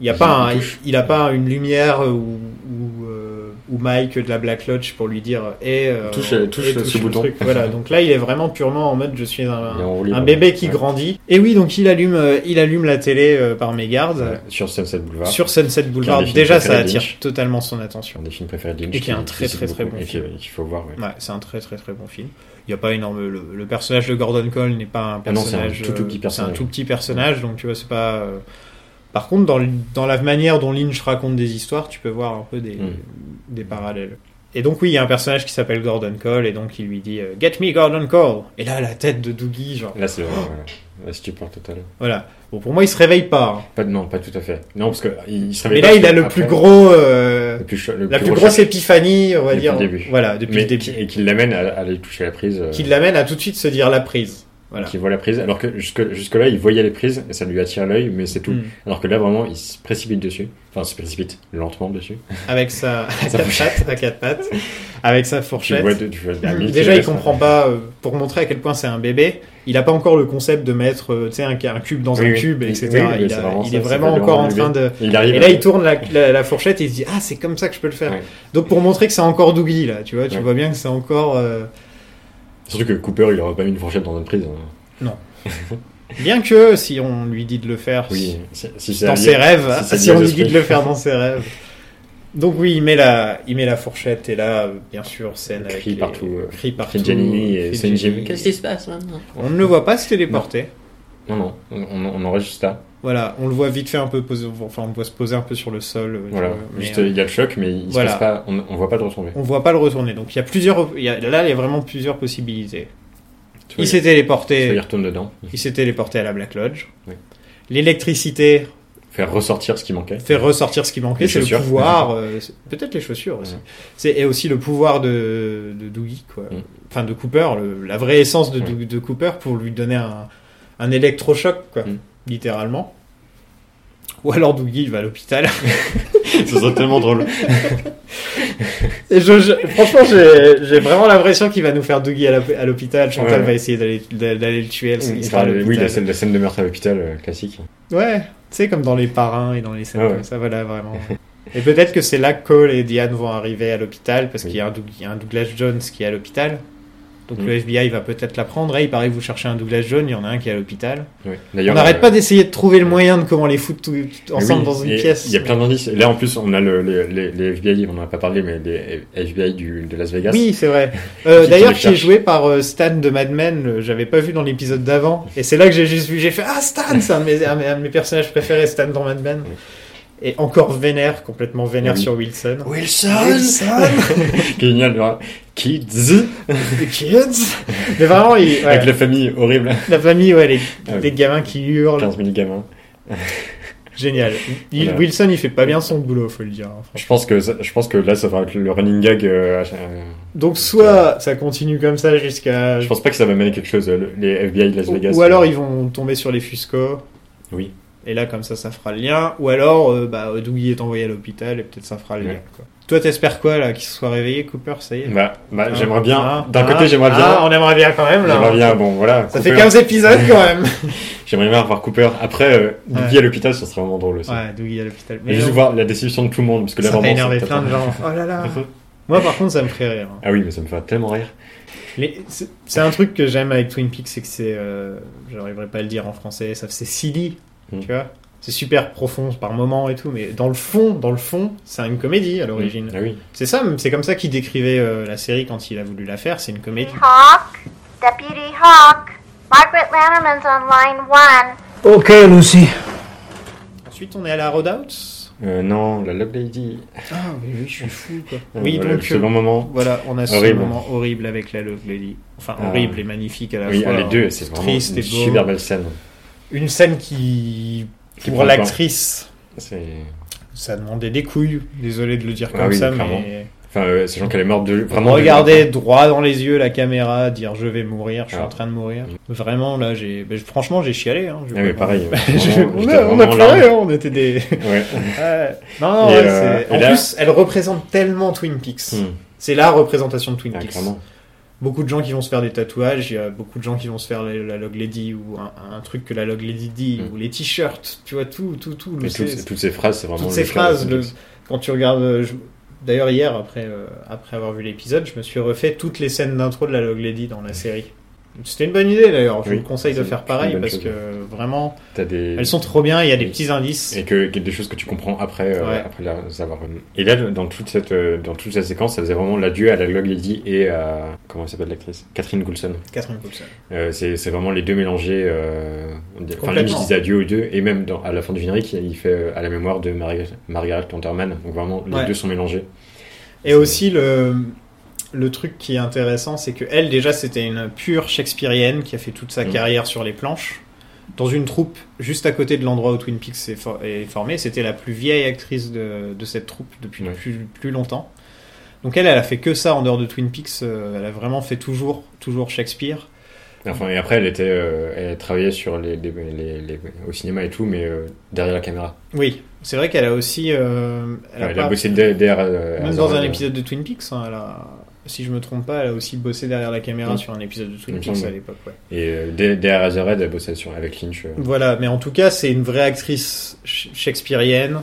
B: Il n'y a
C: Il
B: pas, un- il,
C: touche.
B: il a pas une lumière euh, ou, ou, euh, ou Mike de la Black Lodge pour lui dire eh, euh,
C: Touche, euh, touche
B: eh,
C: ce
B: le
C: bouton.
B: truc. Voilà, donc là il est vraiment purement en mode je suis un,
C: Il est en roue libre.
B: un bébé qui
C: Ouais.
B: grandit. Et oui, donc il allume, euh, il allume la télé euh, par mégarde
C: Ouais, Sur Sunset Boulevard.
B: sur Sunset Boulevard.
C: Car les films
B: Déjà, ça
C: préférés
B: attire
C: Lynch.
B: totalement son attention.
C: Un des films préférés de Lynch.
B: Et qui est un très,
C: qui
B: très,
C: cite
B: très
C: beaucoup
B: bon
C: et qui-
B: film.
C: qu'il faut voir. ouais.
B: Ouais, c'est un très très très bon film. Il n'y a pas énorme. Le, le personnage de Gordon Cole n'est pas un
C: Ah non, c'est un
B: personnage.
C: tout, tout petit
B: euh,
C: personnage.
B: C'est un tout petit personnage, donc tu vois, c'est pas. euh, Par contre, dans, le- dans la manière dont Lynch raconte des histoires, tu peux voir un peu des,
C: Mm.
B: des parallèles. Et donc, oui, il y a un personnage qui s'appelle Gordon Cole, et donc il lui dit euh, Get me Gordon Cole Et là, la tête de Doogie, genre.
C: Là, c'est vraiment ouais, la stupeur totale.
B: Voilà. Bon, pour moi, il se réveille pas. hein.
C: Pas de, non, pas tout à fait. Non, parce que il, il se
B: Mais là,
C: réveille
B: il
C: pas
B: a le
C: après,
B: plus gros. euh,
C: le plus cho- le
B: la plus
C: gros
B: grosse
C: choc,
B: épiphanie, on va
C: Depuis
B: dire.
C: le début.
B: Voilà, depuis
C: mais
B: le début.
C: qui- et qui l'amène à, à aller toucher la prise. euh,
B: Qui l'amène à tout de suite se dire la prise. Voilà.
C: qui voit la prise, alors que jusque, jusque-là, il voyait les prises et ça lui attire l'œil, mais c'est tout.
B: Mm.
C: Alors que là, vraiment, il se précipite dessus. Enfin, il se précipite lentement dessus.
B: avec sa à
C: Sa
B: quatre pattes, à quatre pattes, avec sa
C: Tu le vois,
B: fourchette.
C: de- tu le vois à 1000
B: Hmm. Déjà, il
C: kilomètres.
B: comprend pas. euh, Pour montrer à quel point c'est un bébé, il a pas encore le concept de mettre, euh, tu sais, un, un cube dans
C: Oui,
B: un
C: oui.
B: cube,
C: Oui,
B: etc.
C: oui, mais
B: il,
C: c'est
B: a-
C: vraiment
B: il
C: ça,
B: est
C: c'est
B: vraiment
C: vraiment
B: encore en
C: le
B: train de.
C: Il arrive.
B: Et là, il tourne la, la- la fourchette et il se dit ah c'est comme ça que je peux le faire.
C: Ouais.
B: Donc pour montrer que c'est encore Dougie là, tu vois, tu
C: Ouais.
B: vois bien que c'est encore. euh,
C: Surtout que Cooper, il aurait pas mis une fourchette dans une prise. hein.
B: Bien que si on lui dit de le faire,
C: Oui, si, si ça
B: dans
C: lui-
B: ses rêves, hein.
C: si
B: si,
C: ça lui
B: on
C: a
B: lui dit de
C: esprit.
B: le faire dans ses rêves. Donc oui, il met la, il met la fourchette et là, euh, bien sûr, scène avec
C: Cri
B: les-
C: partout, euh,
B: cri partout,
C: Fred Giannini et
B: Fred
C: Sonny
B: Giannini.
C: Jim. Qu'est-ce qui se passe maintenant
B: On ne le voit pas se téléporter.
C: Non, non, on, on, on enregistre ça.
B: Voilà, on le voit vite fait un peu poser, enfin on le voit se poser un peu sur le sol. euh, tu
C: Voilà.
B: vois, mais,
C: Juste,
B: euh,
C: il y a le choc, mais il se
B: voilà.
C: passe pas, on, on voit pas de retombée.
B: on voit pas le retourner. Donc il y a plusieurs, il y a- là il y a vraiment plusieurs possibilités.
C: Tu vois,
B: Il s'est téléporté.
C: Soit il retourne dedans,
B: Il s'est téléporté à la Black Lodge.
C: Oui.
B: L'électricité
C: faire ressortir ce qui manquait.
B: fait ressortir ce qui manquait,
C: Les
B: c'est le
C: chaussures.
B: pouvoir, euh, c'est- peut-être les chaussures aussi.
C: Ouais.
B: C'est et aussi le pouvoir de, de Doogie, quoi.
C: Mm.
B: Enfin de Cooper, le- la vraie essence de,
C: Mm.
B: Doo- de Cooper pour lui donner un, un électrochoc, quoi,
C: Mm.
B: littéralement. Ou alors Doogie il va à l'hôpital.
C: Ce serait tellement drôle.
B: Et je- je- franchement, j'ai j'ai vraiment l'impression qu'il va nous faire Doogie à la- à l'hôpital. Chantal
C: Ouais.
B: va essayer d'aller d'aller le tuer. elle, il sera à
C: Enfin, le- oui,
B: l'hôpital.
C: la scène, la scène de meurtre à l'hôpital euh, classique.
B: Ouais, tu sais, comme dans les parrains et dans les scènes
C: Ah ouais.
B: comme ça, voilà, vraiment. et peut-être que c'est là que Cole et Diane vont arriver à l'hôpital, parce
C: Oui.
B: qu'il y, a un Doug- il y a un Douglas Jones qui est à l'hôpital. Donc
C: Mm.
B: le FBI va peut-être la prendre. Hey, il paraît que vous cherchez un Douglas Jones, il y en a un qui est à l'hôpital.
C: Ouais.
B: On
C: D'ailleurs,
B: n'arrête
C: euh,
B: pas d'essayer de trouver le moyen de comment les foutre tous- tous
C: Mais
B: ensemble
C: oui,
B: dans une
C: et
B: pièce.
C: Il y a plein d'indices. Et Là, en plus, on a le- les, les- les FBI, on n'en a pas parlé, mais les FBI du, de Las Vegas.
B: Oui, c'est vrai. Euh,
C: Qui- qui
B: D'ailleurs,
C: les
B: qui est
C: cherche.
B: joué par euh, Stan de Mad Men, euh, j'avais pas vu dans l'épisode d'avant. Et c'est là que j'ai juste vu, j'ai fait Ah, Stan, c'est un, de mes- un- un de mes personnages préférés, Stan dans Mad Men. Et encore vénère, complètement vénère
C: Oui.
B: sur Wilson.
C: Wilson Génial, genre, Kids
B: The kids Mais vraiment, il- ouais,
C: Avec la famille horrible.
B: la famille, ouais, les,
C: Ah oui.
B: des gamins qui hurlent.
C: 15 000 gamins.
B: Génial. Il-
C: Voilà.
B: Wilson, il fait pas bien son boulot, faut le dire. hein, franchement.
C: Je pense que, ça- je pense que là, ça va être le running gag. euh, à chaque- euh,
B: Donc, soit ça continue comme ça jusqu'à.
C: je pense pas que ça va mener à quelque chose, euh, le- les FBI de Las
B: Ou,
C: Vegas. euh,
B: ou alors, ils vont tomber sur les Fusco.
C: Oui.
B: Et là, comme ça, ça fera le lien. Ou alors, euh, bah, Dougie est envoyé à l'hôpital et peut-être ça fera le
C: Ouais.
B: lien. Quoi. Toi, t'espères quoi, là Qu'il se soit réveillé, Cooper Ça y est
C: Bah, bah,
B: Ah,
C: j'aimerais bien.
B: ah,
C: D'un
B: ah,
C: côté, j'aimerais bien.
B: Ah, on aimerait bien quand même, là.
C: J'aimerais bien, bon voilà.
B: Ça
C: Cooper.
B: fait 15 épisodes quand même.
C: J'aimerais bien voir Cooper. Après, euh, Dougie
B: Ouais.
C: à l'hôpital, ça serait vraiment drôle aussi.
B: ouais, Dougie à l'hôpital.
C: Et juste
B: non,
C: voir la déception de tout le monde, parce que là,
B: ça m'a
C: vraiment.
B: énervé
C: c'est-
B: plein de gens. Oh là là. Moi, par contre, ça me ferait rire.
C: Ah oui, mais ça me fait tellement rire.
B: Les- c'est- C'est un truc que j'aime avec Twin Peaks, c'est que c'est. euh, J'arriverai pas à le dire en français, ça c'est silly,
C: Mm.
B: tu vois. C'est super profond par moment et tout, mais dans le fond, dans le fond, c'est une comédie à l'origine.
C: Ah oui.
B: C'est ça, c'est comme ça qu'il décrivait euh, la série quand il a voulu la faire, c'est une comédie.
H: Hawk, Deputy Hawk. Margaret Lannerman's on line one.
B: Ensuite, on est à la Roadhouse.
C: Euh, non, la Love Lady.
B: Ah, mais oui, je suis fou, quoi.
C: Euh,
B: Oui,
C: voilà,
B: donc.
C: le
B: euh,
C: second moment.
B: Voilà, on a ce
C: Horrible.
B: moment horrible avec la Love Lady. Enfin,
C: Ah.
B: horrible et magnifique à la
C: Oui,
B: fois.
C: ah, les deux, c'est vraiment
B: triste
C: une
B: et beau.
C: super belle scène.
B: Une scène qui,
C: Qui
B: pour
C: prend le temps.
B: l'actrice,
C: C'est.
B: Ça demandait des couilles, désolé de le dire comme
C: Ah oui,
B: ça,
C: clairement.
B: mais
C: Enfin, euh, sachant qu'elle est morte de. Vraiment. de-
B: regarder droit dans les yeux la caméra, dire je vais mourir, je suis
C: Ah.
B: en train de mourir. Vraiment, là, j'ai, ben, franchement, j'ai chialé. Hein, je
C: Ah, mais
B: comprends.
C: pareil. euh,
B: Je-
C: vraiment,
B: on,
C: j'étais
B: a, on a
C: vraiment
B: pleuré,
C: larme.
B: hein, on était des.
C: Ouais.
B: Ouais. non, non,
C: Et,
B: ouais,
C: euh,
B: c'est-
C: et
B: en
C: là-
B: plus, elle représente tellement Twin Peaks.
C: Hmm.
B: C'est la représentation de Twin
C: Ah,
B: Peaks.
C: clairement.
B: Beaucoup de gens qui vont se faire des tatouages, il y a beaucoup de gens qui vont se faire la, la Log Lady ou un, un truc que la Log Lady dit,
C: Mm.
B: ou les t-shirts, tu vois, tout, tout, tout. le-
C: Et toutes,
B: c'est-
C: ces- toutes ces phrases, c'est vraiment.
B: toutes
C: le
B: ces
C: cœur de
B: phrases,
C: Twin
B: le-
C: Peaks.
B: quand tu regardes. euh, je- D'ailleurs, hier, après, euh, après avoir vu l'épisode, je me suis refait toutes les scènes d'intro de la Log Lady dans la série. C'était une bonne idée d'ailleurs, je
C: Oui,
B: vous conseille de
C: c'est
B: faire
C: une
B: pareil
C: bonne
B: parce
C: chose.
B: que euh, vraiment,
C: T'as des.
B: elles sont trop bien, il y a des
C: Oui.
B: petits indices.
C: Et que, que des choses que tu comprends après, euh,
B: Ouais.
C: après la, savoir. Et là, dans toute cette, euh, dans toute cette séquence, ça faisait vraiment l'adieu à la Log Lady et à. Comment elle s'appelle l'actrice Catherine Goulson.
B: Catherine Coulson.
C: Euh, c'est c'est vraiment les deux mélangés. Euh, on dit- enfin, lui,
B: Complètement.
C: il disait adieu aux deux, et même dans- à la fin du générique, il fait euh, à la mémoire de Margaret, Margaret Hunterman. Donc vraiment, les
B: Ouais.
C: deux sont mélangés.
B: Et
C: C'est-
B: aussi, le, le truc qui est intéressant, c'est que elle, déjà, c'était une pure shakespearienne qui a fait toute sa
C: Mm.
B: carrière sur les planches. Dans une troupe juste à côté de l'endroit où Twin Peaks est, for- est formé, c'était la plus vieille actrice de, de cette troupe depuis
C: Ouais.
B: plus, plus longtemps. Donc elle, elle a fait que ça en dehors de Twin Peaks. euh, Elle a vraiment fait toujours, toujours Shakespeare.
C: Enfin, et après, elle était, euh, elle travaillait sur les, les- les- les- au cinéma et tout, mais euh, derrière la caméra.
B: Oui, c'est vrai qu'elle a aussi, euh, elle
C: Elle
B: a
C: a,
B: pas-
C: bossé derrière. euh,
B: même dans un épisode de Twin Peaks, hein, elle a- si je me trompe pas, elle a aussi bossé derrière la caméra
C: Mm.
B: sur un épisode de Twin
C: Il me
B: Peaks à
C: semble.
B: l'époque. ouais.
C: Et euh, dès- derrière Azarhead, elle bossait sur, avec Lynch. euh.
B: Voilà, mais en tout cas, c'est une vraie actrice sh- shakespearienne.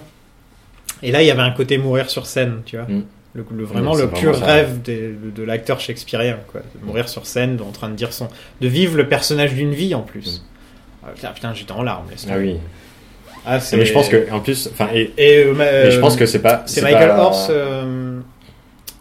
B: Et là, il y avait un côté mourir sur scène, tu vois.
C: Mm.
B: Le, le- vraiment
C: Mm, c'est
B: le pur
C: vraiment ça.
B: rêve des- de, de l'acteur shakespearien, quoi. De mourir sur scène, de- en train de dire son. de vivre le personnage d'une vie en plus. Ah, putain, putain, j'étais en larmes, laisse
C: Mm. Ah
B: tomber.
C: oui.
B: Ah, c'est-
C: Mais je pense que, en plus, enfin, et,
B: Et, euh, ma-
C: et je pense
B: euh,
C: que c'est pas.
B: C'est Michael
C: pas-
B: Horse. euh,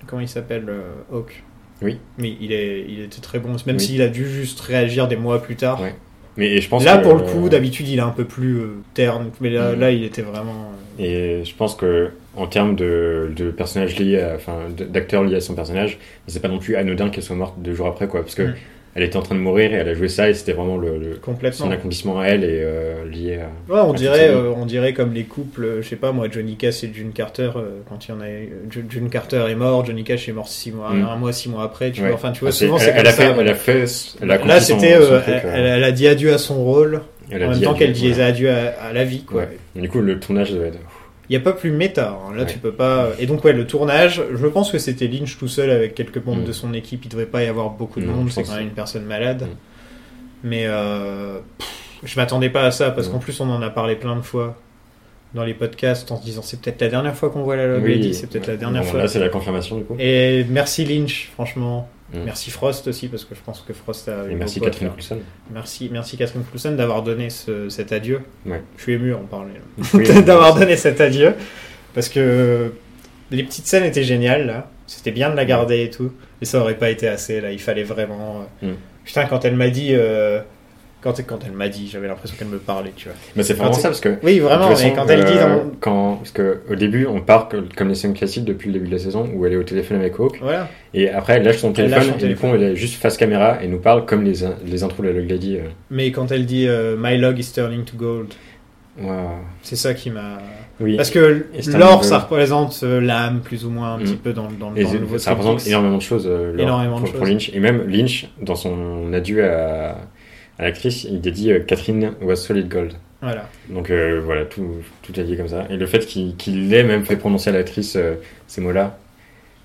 B: comment il s'appelle euh, Hawk.
C: Oui.
B: Oui, il, est, il était très bon, même
C: Oui.
B: s'il a dû juste réagir des mois plus tard.
C: Ouais. Mais et je pense
B: là,
C: que,
B: pour le coup,
C: euh,
B: d'habitude, il est un peu plus euh, terne, mais là,
C: Mhm.
B: là, il était vraiment. euh,
C: Et je pense que en termes de, de personnages liés, à- enfin de- d'acteurs liés à son personnage, c'est pas non plus anodin qu'elle soit morte deux jours après, quoi, parce que
B: Mm.
C: elle était en train de mourir et elle a joué ça et c'était vraiment le, le-
B: Complètement.
C: son accomplissement à elle et euh, lié à.
B: Ouais, on
C: Ah,
B: dirait,
C: c'est ça.
B: euh, on dirait comme les couples, euh, je sais pas moi, Johnny Cash et June Carter, euh, quand il y en a, eu- Ju- June Carter est mort, Johnny Cash est mort six mois,
C: Mm.
B: un mois, six mois après, tu
C: Ouais.
B: vois, enfin tu vois,
C: Ah, c'est-
B: souvent
C: elle,
B: c'est comme
C: elle a
B: ça.
C: fait, elle a fait, elle
B: Là
C: a accompli son-
B: c'était,
C: son
B: euh,
C: truc,
B: elle,
C: euh,
B: elle a dit adieu à son rôle,
C: elle a
B: en même
C: dit
B: temps
C: adieu,
B: qu'elle disait
C: voilà.
B: adieu à, à la vie, quoi.
C: Ouais. Et Du coup, le tournage devait être.
B: Il n'y a pas plus méta. hein. Là,
C: Ouais.
B: tu peux pas. Et donc, ouais, le tournage, je pense que c'était Lynch tout seul avec quelques membres
C: Mm.
B: de son équipe. Il devait pas y avoir beaucoup de
C: Non,
B: monde,
C: je
B: c'est
C: pense
B: quand même
C: que-
B: une personne malade.
C: Mm.
B: Mais euh, pff, je m'attendais pas à ça parce
C: Mm.
B: qu'en plus, on en a parlé plein de fois dans les podcasts en se disant c'est peut-être la dernière fois qu'on voit la Love Lady, c'est peut-être
C: ouais.
B: la dernière
C: Bon,
B: fois.
C: Là, c'est la confirmation du coup.
B: Et merci Lynch, franchement.
C: Mm.
B: Merci Frost aussi parce que je pense que Frost a. eu
C: Et merci
B: beaucoup à
C: Catherine
B: faire.
C: Coulson.
B: Merci, merci Catherine Coulson d'avoir donné ce- cet adieu.
C: Ouais.
B: Je suis ému à en parler. là
C: Oui,
B: d'avoir donné cet adieu. Parce que les petites scènes étaient géniales, là. C'était bien de la garder et tout. Mais ça aurait pas été assez, là. Il fallait vraiment. euh,
C: Mm.
B: Putain, quand elle m'a dit. euh, Quand, quand elle m'a dit, j'avais l'impression qu'elle me parlait, tu vois.
C: Mais c'est vraiment
B: Quand-
C: ça parce que.
B: Oui, vraiment,
C: de toute
B: mais
C: façon,
B: quand elle dit
C: euh,
B: dans.
C: quand- parce que au début, on part que- comme les scènes classiques depuis le début de la saison où elle est au téléphone avec Hawk
B: Voilà.
C: et après elle lâche son
B: Elle
C: téléphone
B: lâche son
C: et du coup elle est juste face caméra et nous parle comme les, in- les intros de la Lady. Euh,
B: Mais quand elle dit euh, My log is turning to gold,
C: waouh.
B: c'est ça qui m'a.
C: Oui.
B: Parce que
C: Et c'est un
B: l'or,
C: peu-
B: ça représente euh, l'âme, plus ou moins, un
C: Mm.
B: petit peu dans, le- dans, le-
C: Et
B: dans le nouveau
C: ça représente
B: contexte.
C: énormément de choses euh, lors-
B: Énormément de
C: pour, pour
B: choses.
C: Lynch. Et même Lynch, dans son adieu à, à l'actrice, il dédie euh, Catherine was solid gold.
B: Voilà.
C: Donc euh, voilà, tout, tout est lié comme ça. Et le fait qu'il qu'il ait même fait prononcer à l'actrice euh, ces mots-là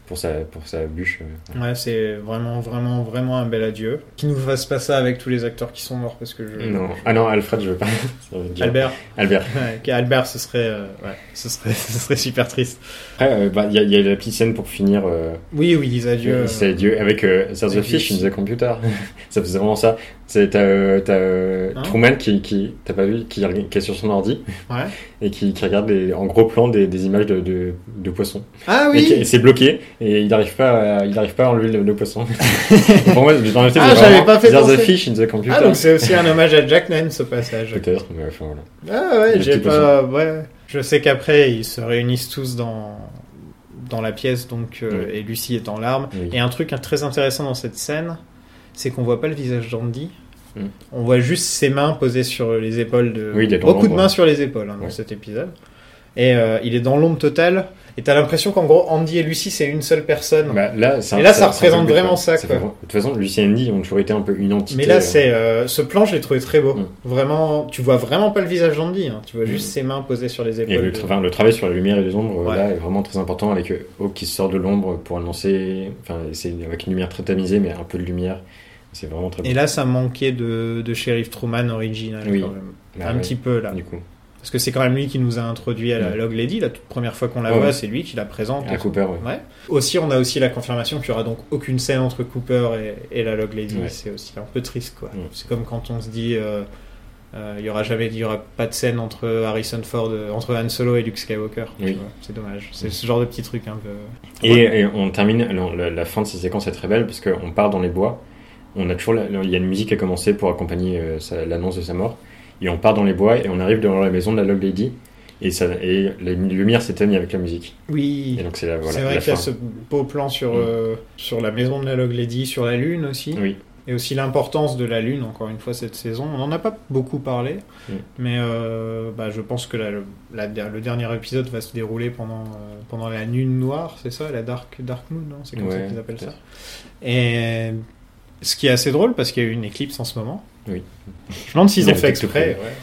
C: pour sa, pour sa bûche. euh,
B: Ouais, c'est vraiment, vraiment, vraiment un bel adieu. Qu'ils nous fassent pas ça avec tous les acteurs qui sont morts, parce que Euh, je.
C: Non. Ah non, Alfred, je veux pas. Ça veut dire-
B: Albert.
C: Albert.
B: Ouais, Albert, ce serait, euh, ouais, ce serait, ce serait super triste.
C: Après, euh, bah, il y, a- il y a la petite scène pour finir. euh,
B: Oui, oui, les adieux.
C: C'est Dieu avec euh, There's a
B: Avec
C: Fish in
B: Dieu.
C: the Computer. ça faisait vraiment ça. C'est t'as euh, t'as, euh,
B: Hein
C: Truman qui, qui t'as pas vu qui, reg- qui est sur son ordi
B: Ouais.
C: et qui, qui regarde des- en gros plan des, des images de, de, de poissons.
B: Ah
C: Et qui- et
B: oui.
C: c'est bloqué et il n'arrive pas à, il arrive pas à enlever le, le poisson. Pour moi, dans le film,
B: Ah,
C: c'est
B: j'avais
C: vraiment
B: pas fait
C: There's a
B: penser.
C: Fish in the Computer.
B: Ah donc c'est aussi un hommage à Jack Nen ce passage.
C: Peut-être, mais enfin voilà.
B: Ah
C: Il y a
B: ouais,
C: le
B: j'ai
C: petit
B: pas. Ouais. Je sais qu'après ils se réunissent tous dans dans la pièce donc euh,
C: Oui.
B: et Lucie est en larmes.
C: Oui.
B: Et un truc hein, très intéressant dans cette scène, c'est qu'on voit pas le visage d'Andy.
C: Mm.
B: On voit juste ses mains posées sur les épaules de.
C: Oui, il est dans
B: Beaucoup de
C: l'ombre.
B: mains sur les épaules hein, dans
C: Ouais.
B: cet épisode. Et euh, il est dans l'ombre totale. Et t'as l'impression qu'en gros, Andy et Lucie, c'est une seule personne.
C: Bah, là, c'est un-
B: Et là, ça
C: c'est un
B: représente
C: peu-
B: vraiment ça,
C: fait
B: quoi.
C: vraiment- De toute façon, Lucy et Andy ont toujours été un peu une entité.
B: Mais là,
C: euh,
B: c'est euh, ce plan, je l'ai trouvé très beau.
C: Mm.
B: Vraiment, tu vois vraiment pas le visage d'Andy. hein. Tu vois juste
C: Mm.
B: ses mains posées sur les
C: Et
B: épaules.
C: le,
B: de-
C: tra- enfin, le travail sur la lumière et les ombres, euh,
B: Ouais.
C: là, est vraiment très important avec euh, Hawk qui sort de l'ombre pour annoncer. Enfin, c'est avec une lumière très tamisée, mais un peu de lumière. C'est vraiment très
B: Et là, ça manquait de, de Sheriff Truman original
C: Oui.
B: quand même.
C: Ah,
B: un
C: ouais,
B: petit peu là.
C: Du coup,
B: Parce que c'est quand même lui qui nous a introduit à la
C: Ouais.
B: Log Lady. La toute première fois qu'on la
C: Mm. Ah Ouais. Ah,
B: voit, c'est lui qui la présente.
C: à Cooper, ouais.
B: Ouais. Aussi, on a aussi la confirmation qu'il y aura donc aucune scène entre Cooper et, et la Log Lady.
C: Ouais. Mm.
B: C'est aussi un peu triste, quoi.
C: Ouais.
B: C'est comme quand on se dit, euh, euh, il y aura jamais, il y aura pas de scène entre Harrison Ford, euh, entre Han Solo et Luke Skywalker. tu
C: Oui. Mm.
B: vois. C'est dommage. C'est ce genre de petit truc un peu.
C: Et, et on termine, la, la- la fin de cette séquence est très belle parce qu'on part dans les bois. On a toujours, la- il y a une musique qui a commencé pour accompagner euh, sa- l'annonce de sa mort. Et on part dans les bois et on arrive devant la maison de la Log Lady. Et, ça, et la lumière s'éteigne avec la musique.
B: Oui.
C: Et donc c'est la, voilà,
B: c'est vrai
C: la
B: qu'il y a
C: fin.
B: ce beau plan sur,
C: Mm.
B: euh, sur la maison de la Log Lady, sur la Lune aussi.
C: Oui,
B: Et aussi l'importance de la Lune, encore une fois, cette saison. On n'en a pas beaucoup parlé,
C: Mm.
B: mais euh, bah, je pense que la- la- le dernier épisode va se dérouler pendant, euh, pendant la Lune Noire, c'est ça La Dark, Dark Moon, non c'est comme ça
C: Ouais,
B: qu'ils appellent ça. Et ce qui est assez drôle, parce qu'il y a eu une éclipse en ce moment.
C: Oui.
B: Je me demande s'ils
C: Ils
B: ont fait
C: avaient tout
B: exprès.
C: prévu.
B: ouais.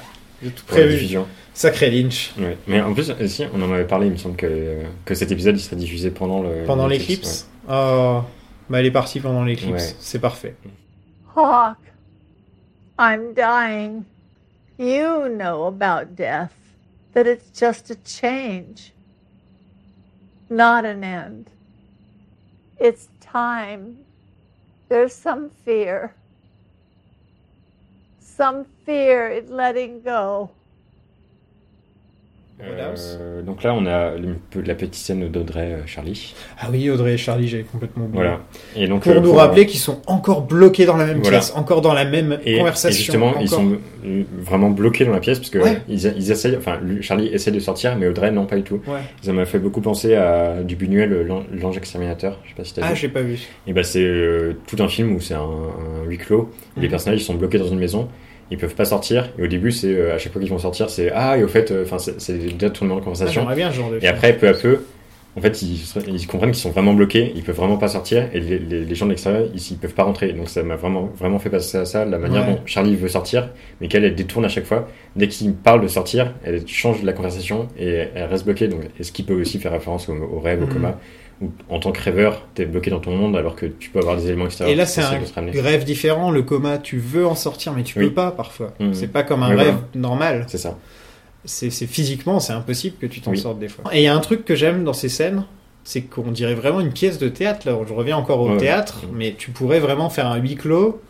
B: Ils ont tout
C: pour la
B: prévu.
C: diffusion.
B: Sacré Lynch.
C: Ouais. Mais en plus, euh, si, on en avait parlé, il me semble que, euh, que cet épisode il serait diffusé pendant le.
B: Pendant l'éclipse Oh, bah, elle est partie pendant l'éclipse.
C: Ouais.
B: C'est parfait.
I: Hawk, I'm dying. You know about death, that it's just a change, not an end. It's time. There's some fear. Some fear in letting go.
B: Woodhouse.
C: Euh, donc là, on a un peu de la petite scène d'Audrey euh, Charlie.
B: Ah oui, Audrey et Charlie, j'avais complètement oublié.
C: Voilà. Et donc,
B: Mm. Pour
C: euh,
B: nous rappeler qu'ils sont encore bloqués dans la même
C: Voilà.
B: pièce, encore dans la même
C: Et,
B: conversation.
C: et justement, ils
B: encore-
C: sont euh, vraiment bloqués dans la pièce parce que
B: Ouais.
C: ils, ils essayent, enfin, lui- Charlie essaie de sortir, mais Audrey, non, pas du tout.
B: Ouais.
C: Ça m'a fait beaucoup penser à du Buñuel, euh, l'an- l'ange exterminateur. Je sais pas si t'as
B: Ah,
C: vu.
B: j'ai pas vu.
C: Et bah, c'est euh, tout un film où c'est un, un huis clos, où les
B: Mhm.
C: personnages ils sont bloqués dans une maison, ils peuvent pas sortir. Et au début, c'est euh, à chaque fois qu'ils vont sortir, c'est ah, et au fait, enfin, c'est c'est des détournements de
B: Ah,
C: conversation.
B: J'aimerais bien ce genre de
C: Et
B: film.
C: après, peu à peu, en fait, ils, se- ils comprennent qu'ils sont vraiment bloqués, ils peuvent vraiment pas sortir, et les, les- les gens de l'extérieur, ils, ils peuvent pas rentrer. Donc ça m'a vraiment, vraiment fait passer à ça, la manière
B: Ouais.
C: dont Charlie veut sortir, mais qu'elle, elle détourne à chaque fois. Dès qu'il parle de sortir, elle change la conversation et elle reste bloquée. Donc, est-ce qui peut aussi faire référence au, au rêve, au
B: Mhm.
C: coma, où en tant que rêveur, t'es bloqué dans ton monde alors que tu peux avoir des éléments extérieurs.
B: Et là,
C: qui
B: c'est
C: essaient
B: un
C: de te ramener.
B: rêve différent. Le coma, tu veux en sortir, mais tu
C: Oui.
B: peux pas parfois.
C: Mhm.
B: C'est pas comme un
C: Mais
B: rêve
C: voilà.
B: normal.
C: C'est ça.
B: C'est c'est physiquement, c'est impossible que tu t'en
C: Oui.
B: sortes des fois. Et il y a un truc que j'aime dans ces scènes, c'est qu'on dirait vraiment une pièce de théâtre. Là, je reviens encore au
C: Ouais.
B: théâtre, mais tu pourrais vraiment faire un huis clos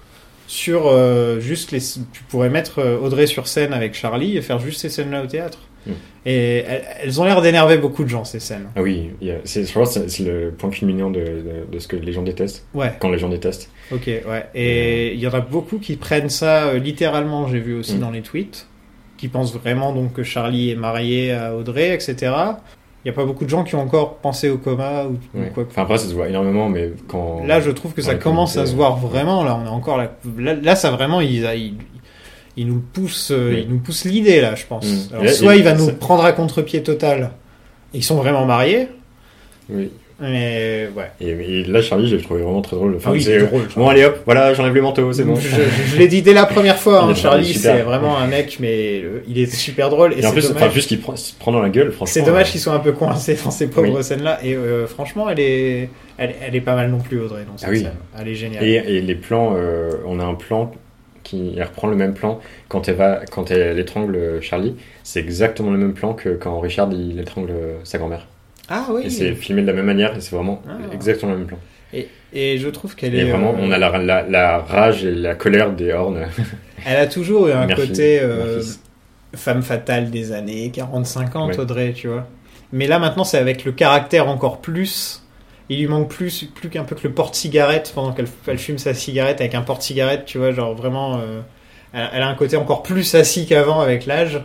B: sur euh, juste les. Tu pourrais mettre euh, Audrey sur scène avec Charlie et faire juste ces scènes-là au théâtre.
C: Mm.
B: Et elles, elles ont l'air d'énerver beaucoup de gens ces scènes.
C: Ah oui, il y a- c'est- je crois que c'est c'est le point culminant de, de- de ce que les gens détestent,
B: Ouais.
C: quand les gens détestent.
B: Ok, ouais. Et il y en a beaucoup qui prennent ça euh, littéralement, j'ai vu aussi
C: Mm.
B: dans les tweets, qui pensent vraiment donc que Charlie est marié à Audrey, etc. Il n'y a pas beaucoup de gens qui ont encore pensé au coma ou, ou
C: Ouais.
B: quoi que
C: Enfin, après, ça se voit énormément, mais quand.
B: Là, je trouve que
C: dans
B: ça
C: les
B: commence à
C: communautés,
B: se voir vraiment. Là, on a encore la... là, là, ça vraiment, ils, ils, ils nous poussent, euh,
C: Oui.
B: ils nous poussent l'idée là, je pense.
C: Mm.
B: Alors,
C: Et là,
B: soit
C: il-
B: il va nous
C: ça-
B: prendre à contre-pied total. Ils sont vraiment mariés,
C: Oui.
B: mais ouais.
C: Et, et là, Charlie, je l'ai trouvé vraiment très drôle. Enfin,
B: Ah oui,
C: c'est euh,
B: il est drôle,
C: Bon, allez hop, voilà, j'enlève le manteau, c'est bon.
B: Je, je- je l'ai dit dès la première fois,
C: Il
B: hein,
C: est
B: Charlie,
C: super.
B: c'est vraiment un mec, mais euh, il est super drôle. Et,
C: Et en
B: c'est
C: plus, enfin,
B: dommage,
C: juste qu'il prend, se prend dans la gueule, franchement.
B: c'est dommage
C: euh,
B: qu'ils soient un peu coincés dans ces pauvres
C: Oui.
B: scènes-là. Et euh, franchement, elle est, elle, elle est pas mal non plus, Audrey, dans cette
C: Ah oui.
B: scène. Elle est géniale.
C: Et, et les plans, euh, on a un plan qui elle reprend le même plan quand elle va, quand elle étrangle euh, Charlie. C'est exactement le même plan que quand Richard il étrangle euh, sa grand-mère.
B: ah
C: Et c'est filmé de la même manière et c'est vraiment
B: Ah.
C: exactement le même plan.
B: Et, et je trouve qu'elle
C: Et,
B: est.
C: vraiment,
B: euh,
C: on a la, la, la rage et la colère des hornes.
B: Elle a toujours eu un
C: Murphy,
B: côté euh,
C: Murphy.
B: femme fatale des années 40-50,
C: Ouais.
B: Audrey, tu vois. Mais là, maintenant, c'est avec le caractère encore plus. Il lui manque plus, plus qu'un peu que le porte-cigarette pendant qu'elle elle fume sa cigarette avec un porte-cigarette, tu vois, genre vraiment. euh, elle, elle a un côté encore plus assis qu'avant avec l'âge.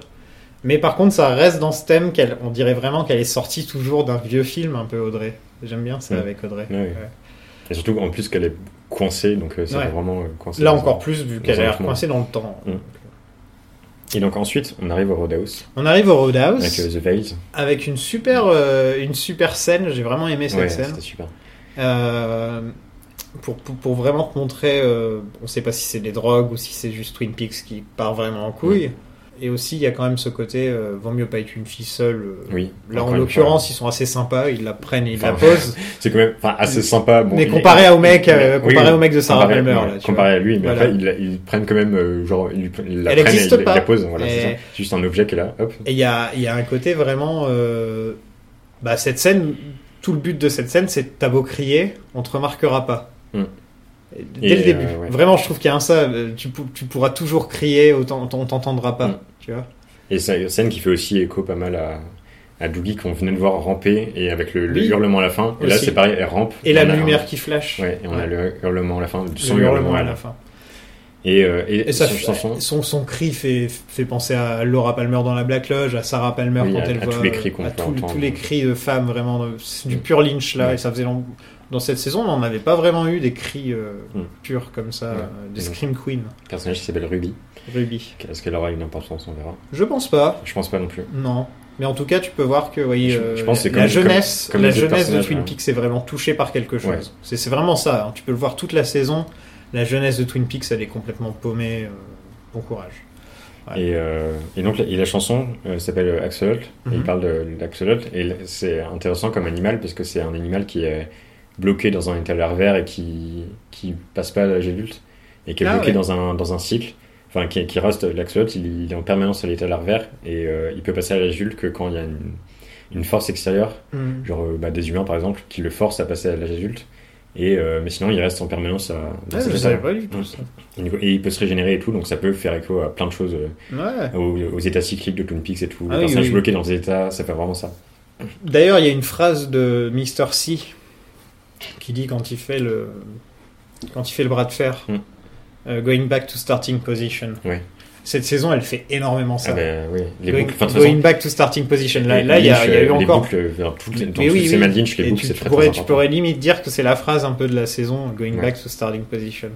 B: Mais par contre, ça reste dans ce thème qu'elle, on dirait vraiment qu'elle est sortie toujours d'un vieux film un peu Audrey. J'aime bien ça
C: Ouais.
B: avec Audrey.
C: Ouais. Et surtout, en plus, qu'elle est coincée, donc euh, c'est
B: Ouais.
C: vraiment euh, coincé.
B: Là
C: dans un-
B: encore plus vu qu'elle
C: un
B: est
C: autre monde.
B: coincée dans le temps.
C: Mm. Et donc ensuite, on arrive au Roadhouse
B: On arrive au Roadhouse.
C: avec euh, The Veils.
B: avec une super, euh, une super scène. J'ai vraiment aimé cette
C: Ouais,
B: scène.
C: c'était super.
B: Euh, pour, pour, pour vraiment te montrer, euh, on sait pas si c'est des drogues ou si c'est juste Twin Peaks qui part vraiment en couille. Et aussi, il y a quand même ce côté, euh, vaut mieux pas être une fille seule. euh,
C: Oui.
B: Là,
C: Encore
B: en
C: une
B: l'occurrence, ils sont assez sympas, ils la prennent et ils
C: Enfin,
B: la posent.
C: fois, c'est quand même enfin, assez sympa. Bon,
B: mais
C: il-
B: comparé au mec, euh,
C: Oui, oui,
B: comparé au mec de Sarah
C: comparé-
B: Palmer,
C: ouais,
B: là, tu
C: comparé à lui, mais
B: Voilà.
C: après, ils, la- ils prennent quand même, euh, genre, ils, ils la
B: Elle
C: prennent et
B: existe
C: ils
B: pas.
C: la posent. Voilà,
B: Et-
C: c'est ça. C'est juste un objet qui est là, hop.
B: Et il y a, il y a un côté vraiment. euh, bah, cette scène, tout le but de cette scène, c'est t'as beau crier, on te remarquera pas.
C: Mm.
B: Et
C: Et,
B: Dès le
C: euh,
B: début.
C: ouais.
B: Vraiment, je trouve qu'il y a un ça. euh, Tu, pou- tu pourras toujours crier, autant, on t'entendra pas.
C: Mm.
B: Tu vois
C: Et c'est une scène qui fait aussi écho pas mal à, à Doogie qu'on venait de voir ramper et avec le, le
B: Oui.
C: hurlement à la fin. Et là,
B: Aussi.
C: c'est pareil, elle rampe.
B: Et la
C: on a un-
B: lumière qui flash.
C: Ouais, et on a le hurlement à la fin,
B: Le
C: son hurlement à la fin.
B: fin.
C: Et, euh, et,
B: Et ça,
C: son chanson,
B: son, son cri fait, fait penser à Laura Palmer dans La Black Lodge, à Sarah Palmer
C: Oui,
B: quand
C: à-
B: elle
C: à
B: voit.
C: tous les cris qu'on
B: à
C: peut
B: tous,
C: entendre.
B: tous les cris de femmes, vraiment. euh, c'est du
C: Mm.
B: pur lynch, là.
C: Ouais.
B: Et ça faisait long- Dans cette saison, on n'avait pas vraiment eu des cris euh,
C: Mm.
B: purs comme ça,
C: Ouais.
B: euh, des
C: Mm.
B: Scream Queen,
C: le personnage qui s'appelle Ruby.
B: Ruby.
C: Est-ce qu'elle aura une importance On verra.
B: Je pense pas,
C: Je pense pas non plus.
B: non. Mais en tout cas, tu peux voir que oui,
C: Je-
B: euh,
C: je pense que c'est
B: la
C: comme-
B: jeunesse,
C: comme- comme
B: la
C: les deux
B: jeunesse de
C: personnages,
B: Twin
C: ouais.
B: Peaks est vraiment touchée par quelque chose.
C: Ouais.
B: C'est c'est vraiment ça. hein. Tu peux le voir toute la saison. La jeunesse de Twin Peaks, elle est complètement paumée. euh, bon courage. Ouais.
C: Et, euh, et donc, la- et la chanson euh, s'appelle euh, Axolotl, et il
B: Mhm.
C: parle de l'axolotl, et l- c'est intéressant comme animal, parce que c'est un animal qui est bloqué dans un état larvaire et qui, qui passe pas à l'âge adulte, et qui est
B: Ah
C: bloqué
B: ouais.
C: dans, un, dans un cycle, enfin, qui, qui reste, l'axolotl, il, il est en permanence à l'état larvaire, et euh, il peut passer à l'âge adulte que quand il y a une, une force extérieure,
B: Mm.
C: genre euh, bah, des humains par exemple, qui le forcent à passer à l'âge adulte, Et, euh, mais sinon, il reste en permanence à. dans
B: Ah,
C: cet
B: je
C: état.
B: savais pas du tout ça.
C: Et du coup- et il peut se régénérer et tout, donc ça peut faire écho à plein de choses, euh,
B: Ouais.
C: aux, aux états cycliques de Twin Peaks et tout.
B: Ah
C: les
B: oui,
C: personnages
B: oui.
C: bloqués dans des états, ça fait vraiment ça.
B: D'ailleurs, il y a une phrase de Mister C qui dit quand il fait le quand il fait le bras de fer,
C: Mm.
B: euh, going back to starting position.
C: Ouais.
B: Cette saison, elle fait énormément ça.
C: Ah ben oui, les
B: going
C: boucles. Enfin, de toute
B: going
C: façon,
B: back to starting position. Là,
C: les
B: là, il y, a-
C: Lynch,
B: il y a
C: euh,
B: eu encore.
C: Les boucles, euh, dans tout, dans
B: Mais
C: tout
B: oui, oui.
C: Sam and Lynch, les
B: Et
C: boucles,
B: tu,
C: c'est
B: tu
C: très,
B: pourrais,
C: très
B: tu
C: important.
B: pourrais limite dire que c'est la phrase un peu de la saison, going
C: Ouais.
B: back to starting position.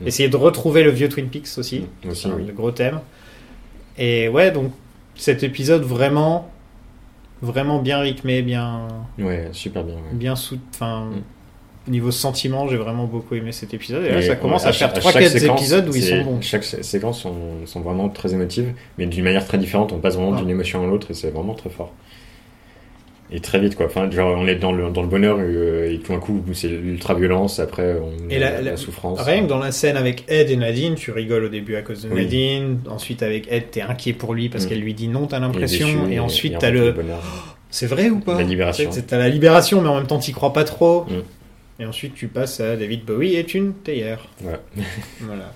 C: Mm.
B: Essayer de retrouver le vieux Twin Peaks aussi.
C: Aussi,
B: C'est un
C: oui.
B: gros thème. Et ouais, donc cet épisode vraiment, vraiment bien rythmé, bien,
C: Ouais, super bien. ouais.
B: bien sous. Enfin,
C: Mm.
B: au niveau sentiment, j'ai vraiment beaucoup aimé cet épisode. Et là,
C: Mais
B: ça commence à,
C: ouais,
B: faire
C: chaque-
B: trois
C: chaque
B: quatre
C: séquence,
B: épisodes où ils
C: c'est-
B: sont bons.
C: Chaque sé- séquence sont, sont vraiment très émotives, mais d'une manière très différente. On passe vraiment
B: Ah.
C: d'une émotion à l'autre et c'est vraiment très fort. Et très vite, quoi. Enfin, genre, on est dans le, dans le bonheur euh, et tout d'un coup, c'est l'ultra-violence, après, on
B: Et
C: est
B: la-
C: dans
B: la-
C: souffrance.
B: Rien que dans la scène avec Ed et Nadine, tu rigoles au début à cause de
C: Oui.
B: Nadine. Ensuite, avec Ed, t'es inquiet pour lui parce
C: Mm.
B: qu'elle lui dit non, t'as
C: Il est
B: l'impression.
C: déçu,
B: Et, ensuite,
C: en
B: t'as
C: fait,
B: le.
C: bonheur.
B: C'est vrai ou pas
C: La libération.
B: Tu sais, T'as la libération, mais en même temps, t'y crois pas trop.
C: Mm.
B: Et ensuite, tu passes à David Bowie est une théière.
C: Voilà.
B: Voilà.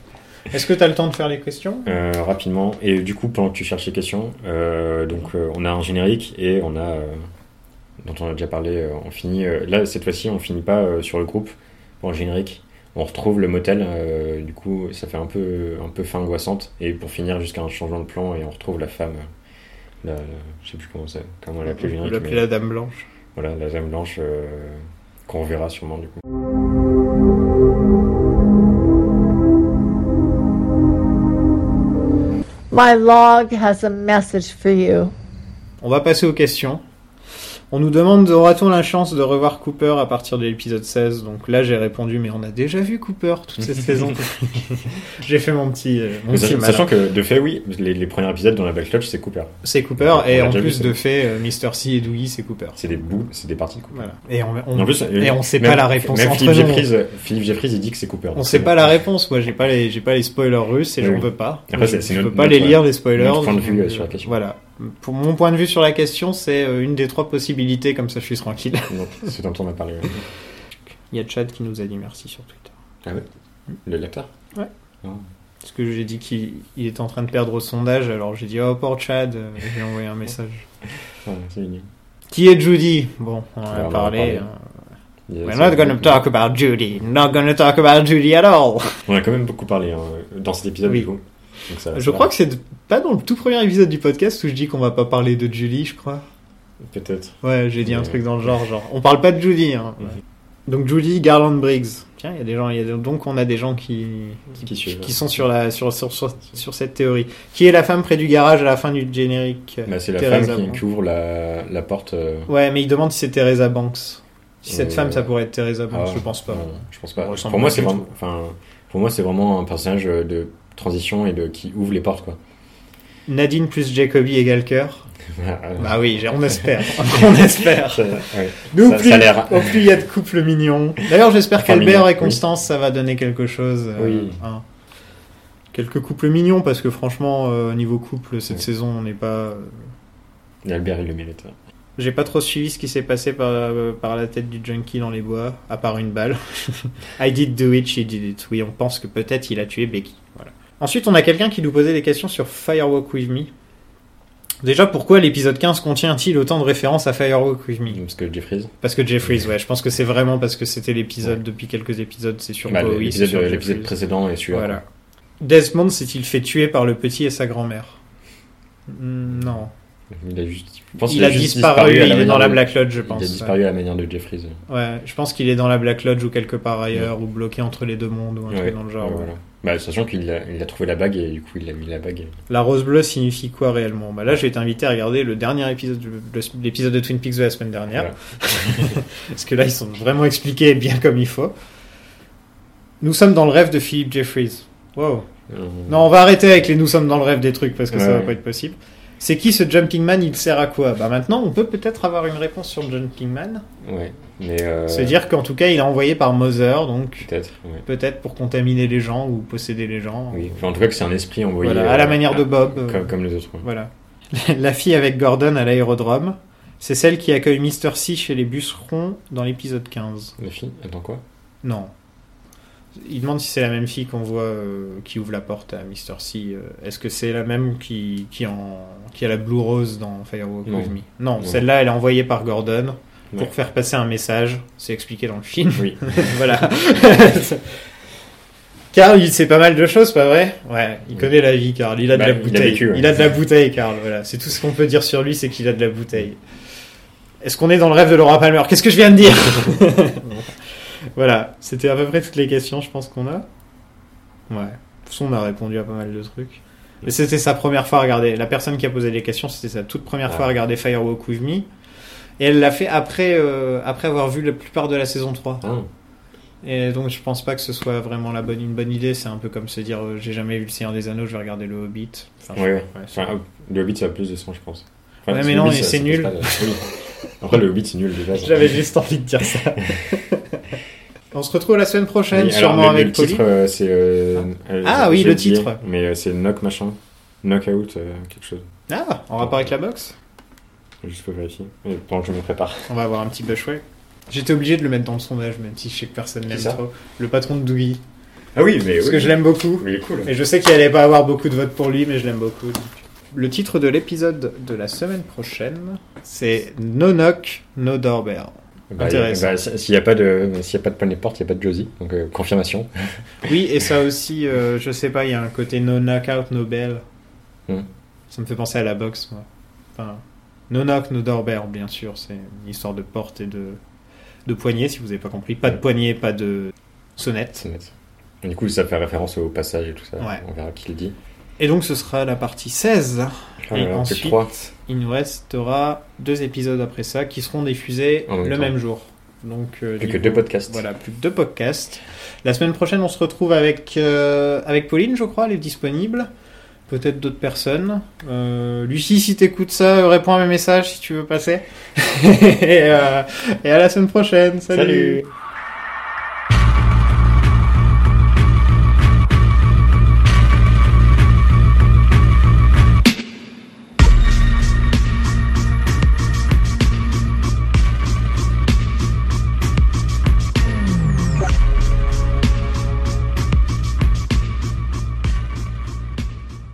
B: Est-ce que t'as le temps de faire les questions
C: Euh, rapidement. Et du coup, pendant que tu cherches les questions, euh, donc euh, on a un générique et on a, euh, dont on a déjà parlé, euh, on finit. euh, là, cette fois-ci, on finit pas euh, sur le groupe pour le générique. On retrouve le motel. euh, du coup, ça fait un peu, un peu fin angoissante. Et pour finir, jusqu'à un changement de plan et on retrouve la femme. euh, la- la- je sais plus comment ça, comment elle appelait le
B: Vous
C: générique.
B: l'appelez
C: mais
B: la Dame Blanche.
C: Voilà, la dame blanche euh, qu'on verra sûrement du coup.
I: My log has a message for you.
B: On va passer aux questions. On nous demande aura-t-on la chance de revoir Cooper à partir de l'épisode 16 Donc là, j'ai répondu, mais on a déjà vu Cooper toute cette saison. j'ai fait mon petit. euh, mon petit
C: Sachant
B: malin.
C: sachant que de fait, oui, les, les premiers épisodes dans la Backlodge, c'est Cooper.
B: C'est Cooper, et
C: On l'a
B: en
C: déjà vu,
B: plus
C: ça.
B: de fait, euh, Mr. C et Dewey, c'est Cooper.
C: C'est des bouts, c'est des parties de Cooper.
B: Voilà. Et on, on-
C: En plus, euh,
B: et on sait
C: même-
B: pas la réponse
C: même
B: entre
C: Philippe
B: nous.
C: Jeffries, euh, Philippe Jeffries, il dit que c'est Cooper.
B: On
C: Donc,
B: sait
C: c'est
B: pas
C: bon.
B: la réponse, moi j'ai pas les j'ai pas les spoilers russes et
C: Oui,
B: j'en
C: oui.
B: veux pas.
C: Après, c'est-
B: je
C: c'est
B: je
C: notre-
B: peux pas les
C: notre-
B: lire les spoilers.
C: notre point de vue,
B: donc,
C: euh, sur la question.
B: Voilà. Pour mon point de vue sur la question, c'est euh, une des trois possibilités comme ça je suis tranquille.
C: Donc, ce dont on a parlé. euh,
B: Il y a Chad qui nous a dit merci sur Twitter.
C: Ah ouais Le lecteur
B: Parce que j'ai dit qu'il il était en train de perdre au sondage, alors j'ai dit oh pour Chad, euh, j'ai envoyé un message.
C: Ouais, C'est mignon.
B: Qui est Judy Bon, on en
C: On en
B: a
C: a
B: parlé.
C: parlé.
B: euh,
C: Il y a-
B: We're not gonna talk about Judy. Not gonna talk about Judy at all.
C: On a quand même beaucoup parlé hein, dans cet épisode
B: Oui.
C: du coup. Donc, ça-
B: Je
C: ça
B: crois
C: va.
B: que c'est de- pas dans le tout premier épisode du podcast où je dis qu'on va pas parler de Julie, je crois.
C: Peut-être.
B: Ouais, j'ai dit un
C: Ouais.
B: truc dans le genre, genre. On parle pas de Julie. Hein.
C: Ouais.
B: Donc Julie Garland Briggs. Tiens, il y a des gens, il y a- donc on a des gens qui qui,
C: Qui suivent.
B: qui sont sur la sur, sur sur sur cette théorie. Qui est la femme près du garage à la fin du générique
C: Bah, c'est la
B: Teresa
C: femme qui,
B: Banks.
C: qui ouvre la, la porte. euh,
B: Ouais, mais il demande si c'est Teresa Banks. Si cette
C: Euh,
B: femme, ça pourrait être Teresa Banks,
C: ah,
B: je pense pas.
C: non, je pense pas.
B: On ressemble
C: Pour moi,
B: pas
C: c'est
B: du
C: vraiment, enfin, pour moi, c'est vraiment un personnage euh, de transition et de qui ouvre les portes quoi.
B: Nadine plus Jacoby égale cœur.
C: Bah,
B: Bah oui, j'ai- on espère, on espère.
C: ouais.
B: Nous,
C: Ça-
B: plus,
C: ça a l'air.
B: au plus il y a de couples mignons. D'ailleurs, j'espère
C: Enfin,
B: qu'Albert
C: mignon,
B: et
C: oui.
B: Constance, ça va donner quelque chose. euh,
C: Oui.
B: hein. Quelques couples mignons, parce que franchement, euh, niveau couple, cette
C: Oui.
B: saison, on n'est pas. euh,
C: Albert, il le mérite.
B: J'ai pas trop suivi ce qui s'est passé par, euh, par la tête du junkie dans les bois, à part une balle. I did do it, she did it. Oui, on pense que peut-être il a tué Becky. Voilà. Ensuite, on a quelqu'un qui nous posait des questions sur Firewalk With Me. Déjà, pourquoi l'épisode 15 contient-il autant de références à Firewalk With Me
C: Parce que Jeffries.
B: Parce que Jeffries, ouais, je pense que c'est vraiment parce que c'était l'épisode depuis quelques épisodes, c'est sur
C: Bah,
B: Bowie, c'est
C: l'épisode
B: sur
C: l'épisode
B: Jeffries.
C: précédent et celui-là.
B: Voilà. Desmond s'est-il fait tuer par le petit et sa grand-mère Mm, Non.
C: Il a juste. je pense
B: il
C: qu'il
B: a
C: juste
B: disparu,
C: à
B: il est
C: manière
B: dans la
C: de-
B: Black Lodge, je
C: Il a
B: pense.
C: disparu à la manière de Jeffries.
B: Ouais, je pense qu'il est dans la Black Lodge ou quelque part ailleurs, ou bloqué entre les deux mondes, ou un truc dans le genre.
C: ouais,
B: ouais.
C: voilà. Bah, sachant qu'il a, il a trouvé la bague et du coup il a mis la bague.
B: La rose bleue signifie quoi réellement bah Là, je vais t'inviter à regarder le dernier épisode, de- le- l'épisode de Twin Peaks de la semaine dernière.
C: Voilà.
B: Parce que là, ils sont vraiment expliqués bien comme il faut. Nous sommes dans le rêve de Philip Jeffries. Wow.
C: Euh,
B: Non, on va arrêter avec les nous sommes dans le rêve des trucs parce que ça
C: Ouais,
B: va
C: ouais.
B: pas être possible. C'est qui ce Jumping Man Il sert à quoi Bah maintenant, on peut peut-être avoir une réponse sur le Jumping Man.
C: Ouais. Mais. Euh,
B: Se dire qu'en tout cas, il est envoyé par Mother, donc
C: Peut-être, ouais.
B: peut-être pour contaminer les gens ou posséder les gens.
C: Oui. Enfin, en tout cas, que c'est un esprit envoyé.
B: Voilà, à la
C: euh,
B: manière de Bob. euh,
C: Comme, comme les autres. ouais.
B: Voilà. La fille avec Gordon à l'aérodrome, c'est celle qui accueille Mr. C chez les bus ronds dans l'épisode 15.
C: La fille Attends quoi
B: Non. Il demande si c'est la même fille qu'on voit euh, qui ouvre la porte à Mr. C. euh, Est-ce que c'est la même qui, qui, en, qui a la Blue Rose dans Firewalk
C: Non.
B: With Me Non,
C: Non.
B: celle-là, elle est envoyée par Gordon pour
C: Ouais.
B: faire passer un message. C'est expliqué dans le film.
C: Oui.
B: voilà. Carl, il sait pas mal de choses, pas vrai Ouais, il
C: Oui.
B: connaît la vie, Carl. Il a
C: Bah,
B: de la
C: il a
B: bouteille.
C: vécu, ouais.
B: de la bouteille, Carl. Voilà, c'est tout ce qu'on peut dire sur lui, c'est qu'il a de la bouteille. Est-ce qu'on est dans le rêve de Laura Palmer Qu'est-ce que je viens de dire Voilà, c'était à peu près toutes les questions, je pense qu'on a. Ouais. De toute façon, on a répondu à pas mal de trucs. Mais c'était sa première fois à regarder. La personne qui a posé les questions, c'était sa toute première
C: Ouais.
B: fois à regarder Firewalk With Me. Et elle l'a fait après, euh, après avoir vu la plupart de la saison 3.
C: Ah,
B: Et donc je pense pas que ce soit vraiment la bonne, une bonne idée. C'est un peu comme se dire euh, j'ai jamais vu le Seigneur des Anneaux, je vais regarder le Hobbit. Enfin, je-
C: Ouais, ouais.
B: c'est-
C: Enfin, ah, le Hobbit, ça a plus de sens, je pense. Enfin,
B: Ouais,
C: parce
B: mais
C: que
B: non,
C: Hobbit,
B: mais
C: ça-
B: c'est
C: ça
B: nul.
C: passe pas, oui. Après, le Hobbit, c'est nul déjà.
B: J'avais juste envie de dire ça. On se retrouve la semaine prochaine,
C: Oui,
B: sûrement
C: alors, le- le,
B: avec Polly.
C: titre, euh, c'est. euh, euh,
B: Ah oui,
C: j'ai
B: le
C: oublié,
B: titre.
C: Mais euh, c'est Knock Machin. Knockout, euh, quelque chose.
B: Ah, en rapport avec la boxe
C: Juste pour vérifier. Et Pendant que je me prépare.
B: On va avoir un petit bushway. J'étais obligé de le mettre dans le sondage, même si je sais que personne l'aime
C: ça
B: trop. Le patron de Dougie.
C: Ah oui, mais.
B: Parce que je l'aime beaucoup.
C: Il est cool.
B: Et je sais qu'il allait pas avoir beaucoup de votes pour lui, mais je l'aime beaucoup. donc. Le titre de l'épisode de la semaine prochaine, c'est No Knock, No Doorbell.
C: Bah,
B: Intéressant.
C: y a- bah, s- S'il n'y a pas de, s'il y a pas de poignée de porte, il n'y a pas de Josie. Donc euh, confirmation.
B: Oui, et ça aussi, euh, je sais pas, il y a un côté no knockout, no bell.
C: Hmm.
B: Ça me fait penser à la boxe, moi. Enfin, no knock, no doorbell, bien sûr. C'est une histoire de porte et de, de poignée, si vous n'avez pas compris. Pas de poignée, pas de sonnette.
C: C'est net. Et Du coup, ça fait référence au passage et tout ça.
B: Ouais.
C: On verra qui le dit.
B: Et donc, ce sera la partie 16.
C: Ah,
B: et
C: alors, que
B: ensuite,
C: trois.
B: il nous restera deux épisodes après ça qui seront diffusés
C: En même
B: le
C: temps.
B: même jour. Donc, euh,
C: Plus
B: du
C: que deux podcasts.
B: Voilà, plus que deux podcasts. La semaine prochaine, on se retrouve avec, euh, avec Pauline, je crois, elle est disponible. Peut-être d'autres personnes. Euh, Lucie, si t'écoutes ça, euh, réponds à mes messages si tu veux passer. et, euh, et à la semaine prochaine.
C: Salut.
B: Salut.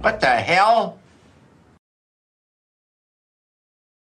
E: What the hell?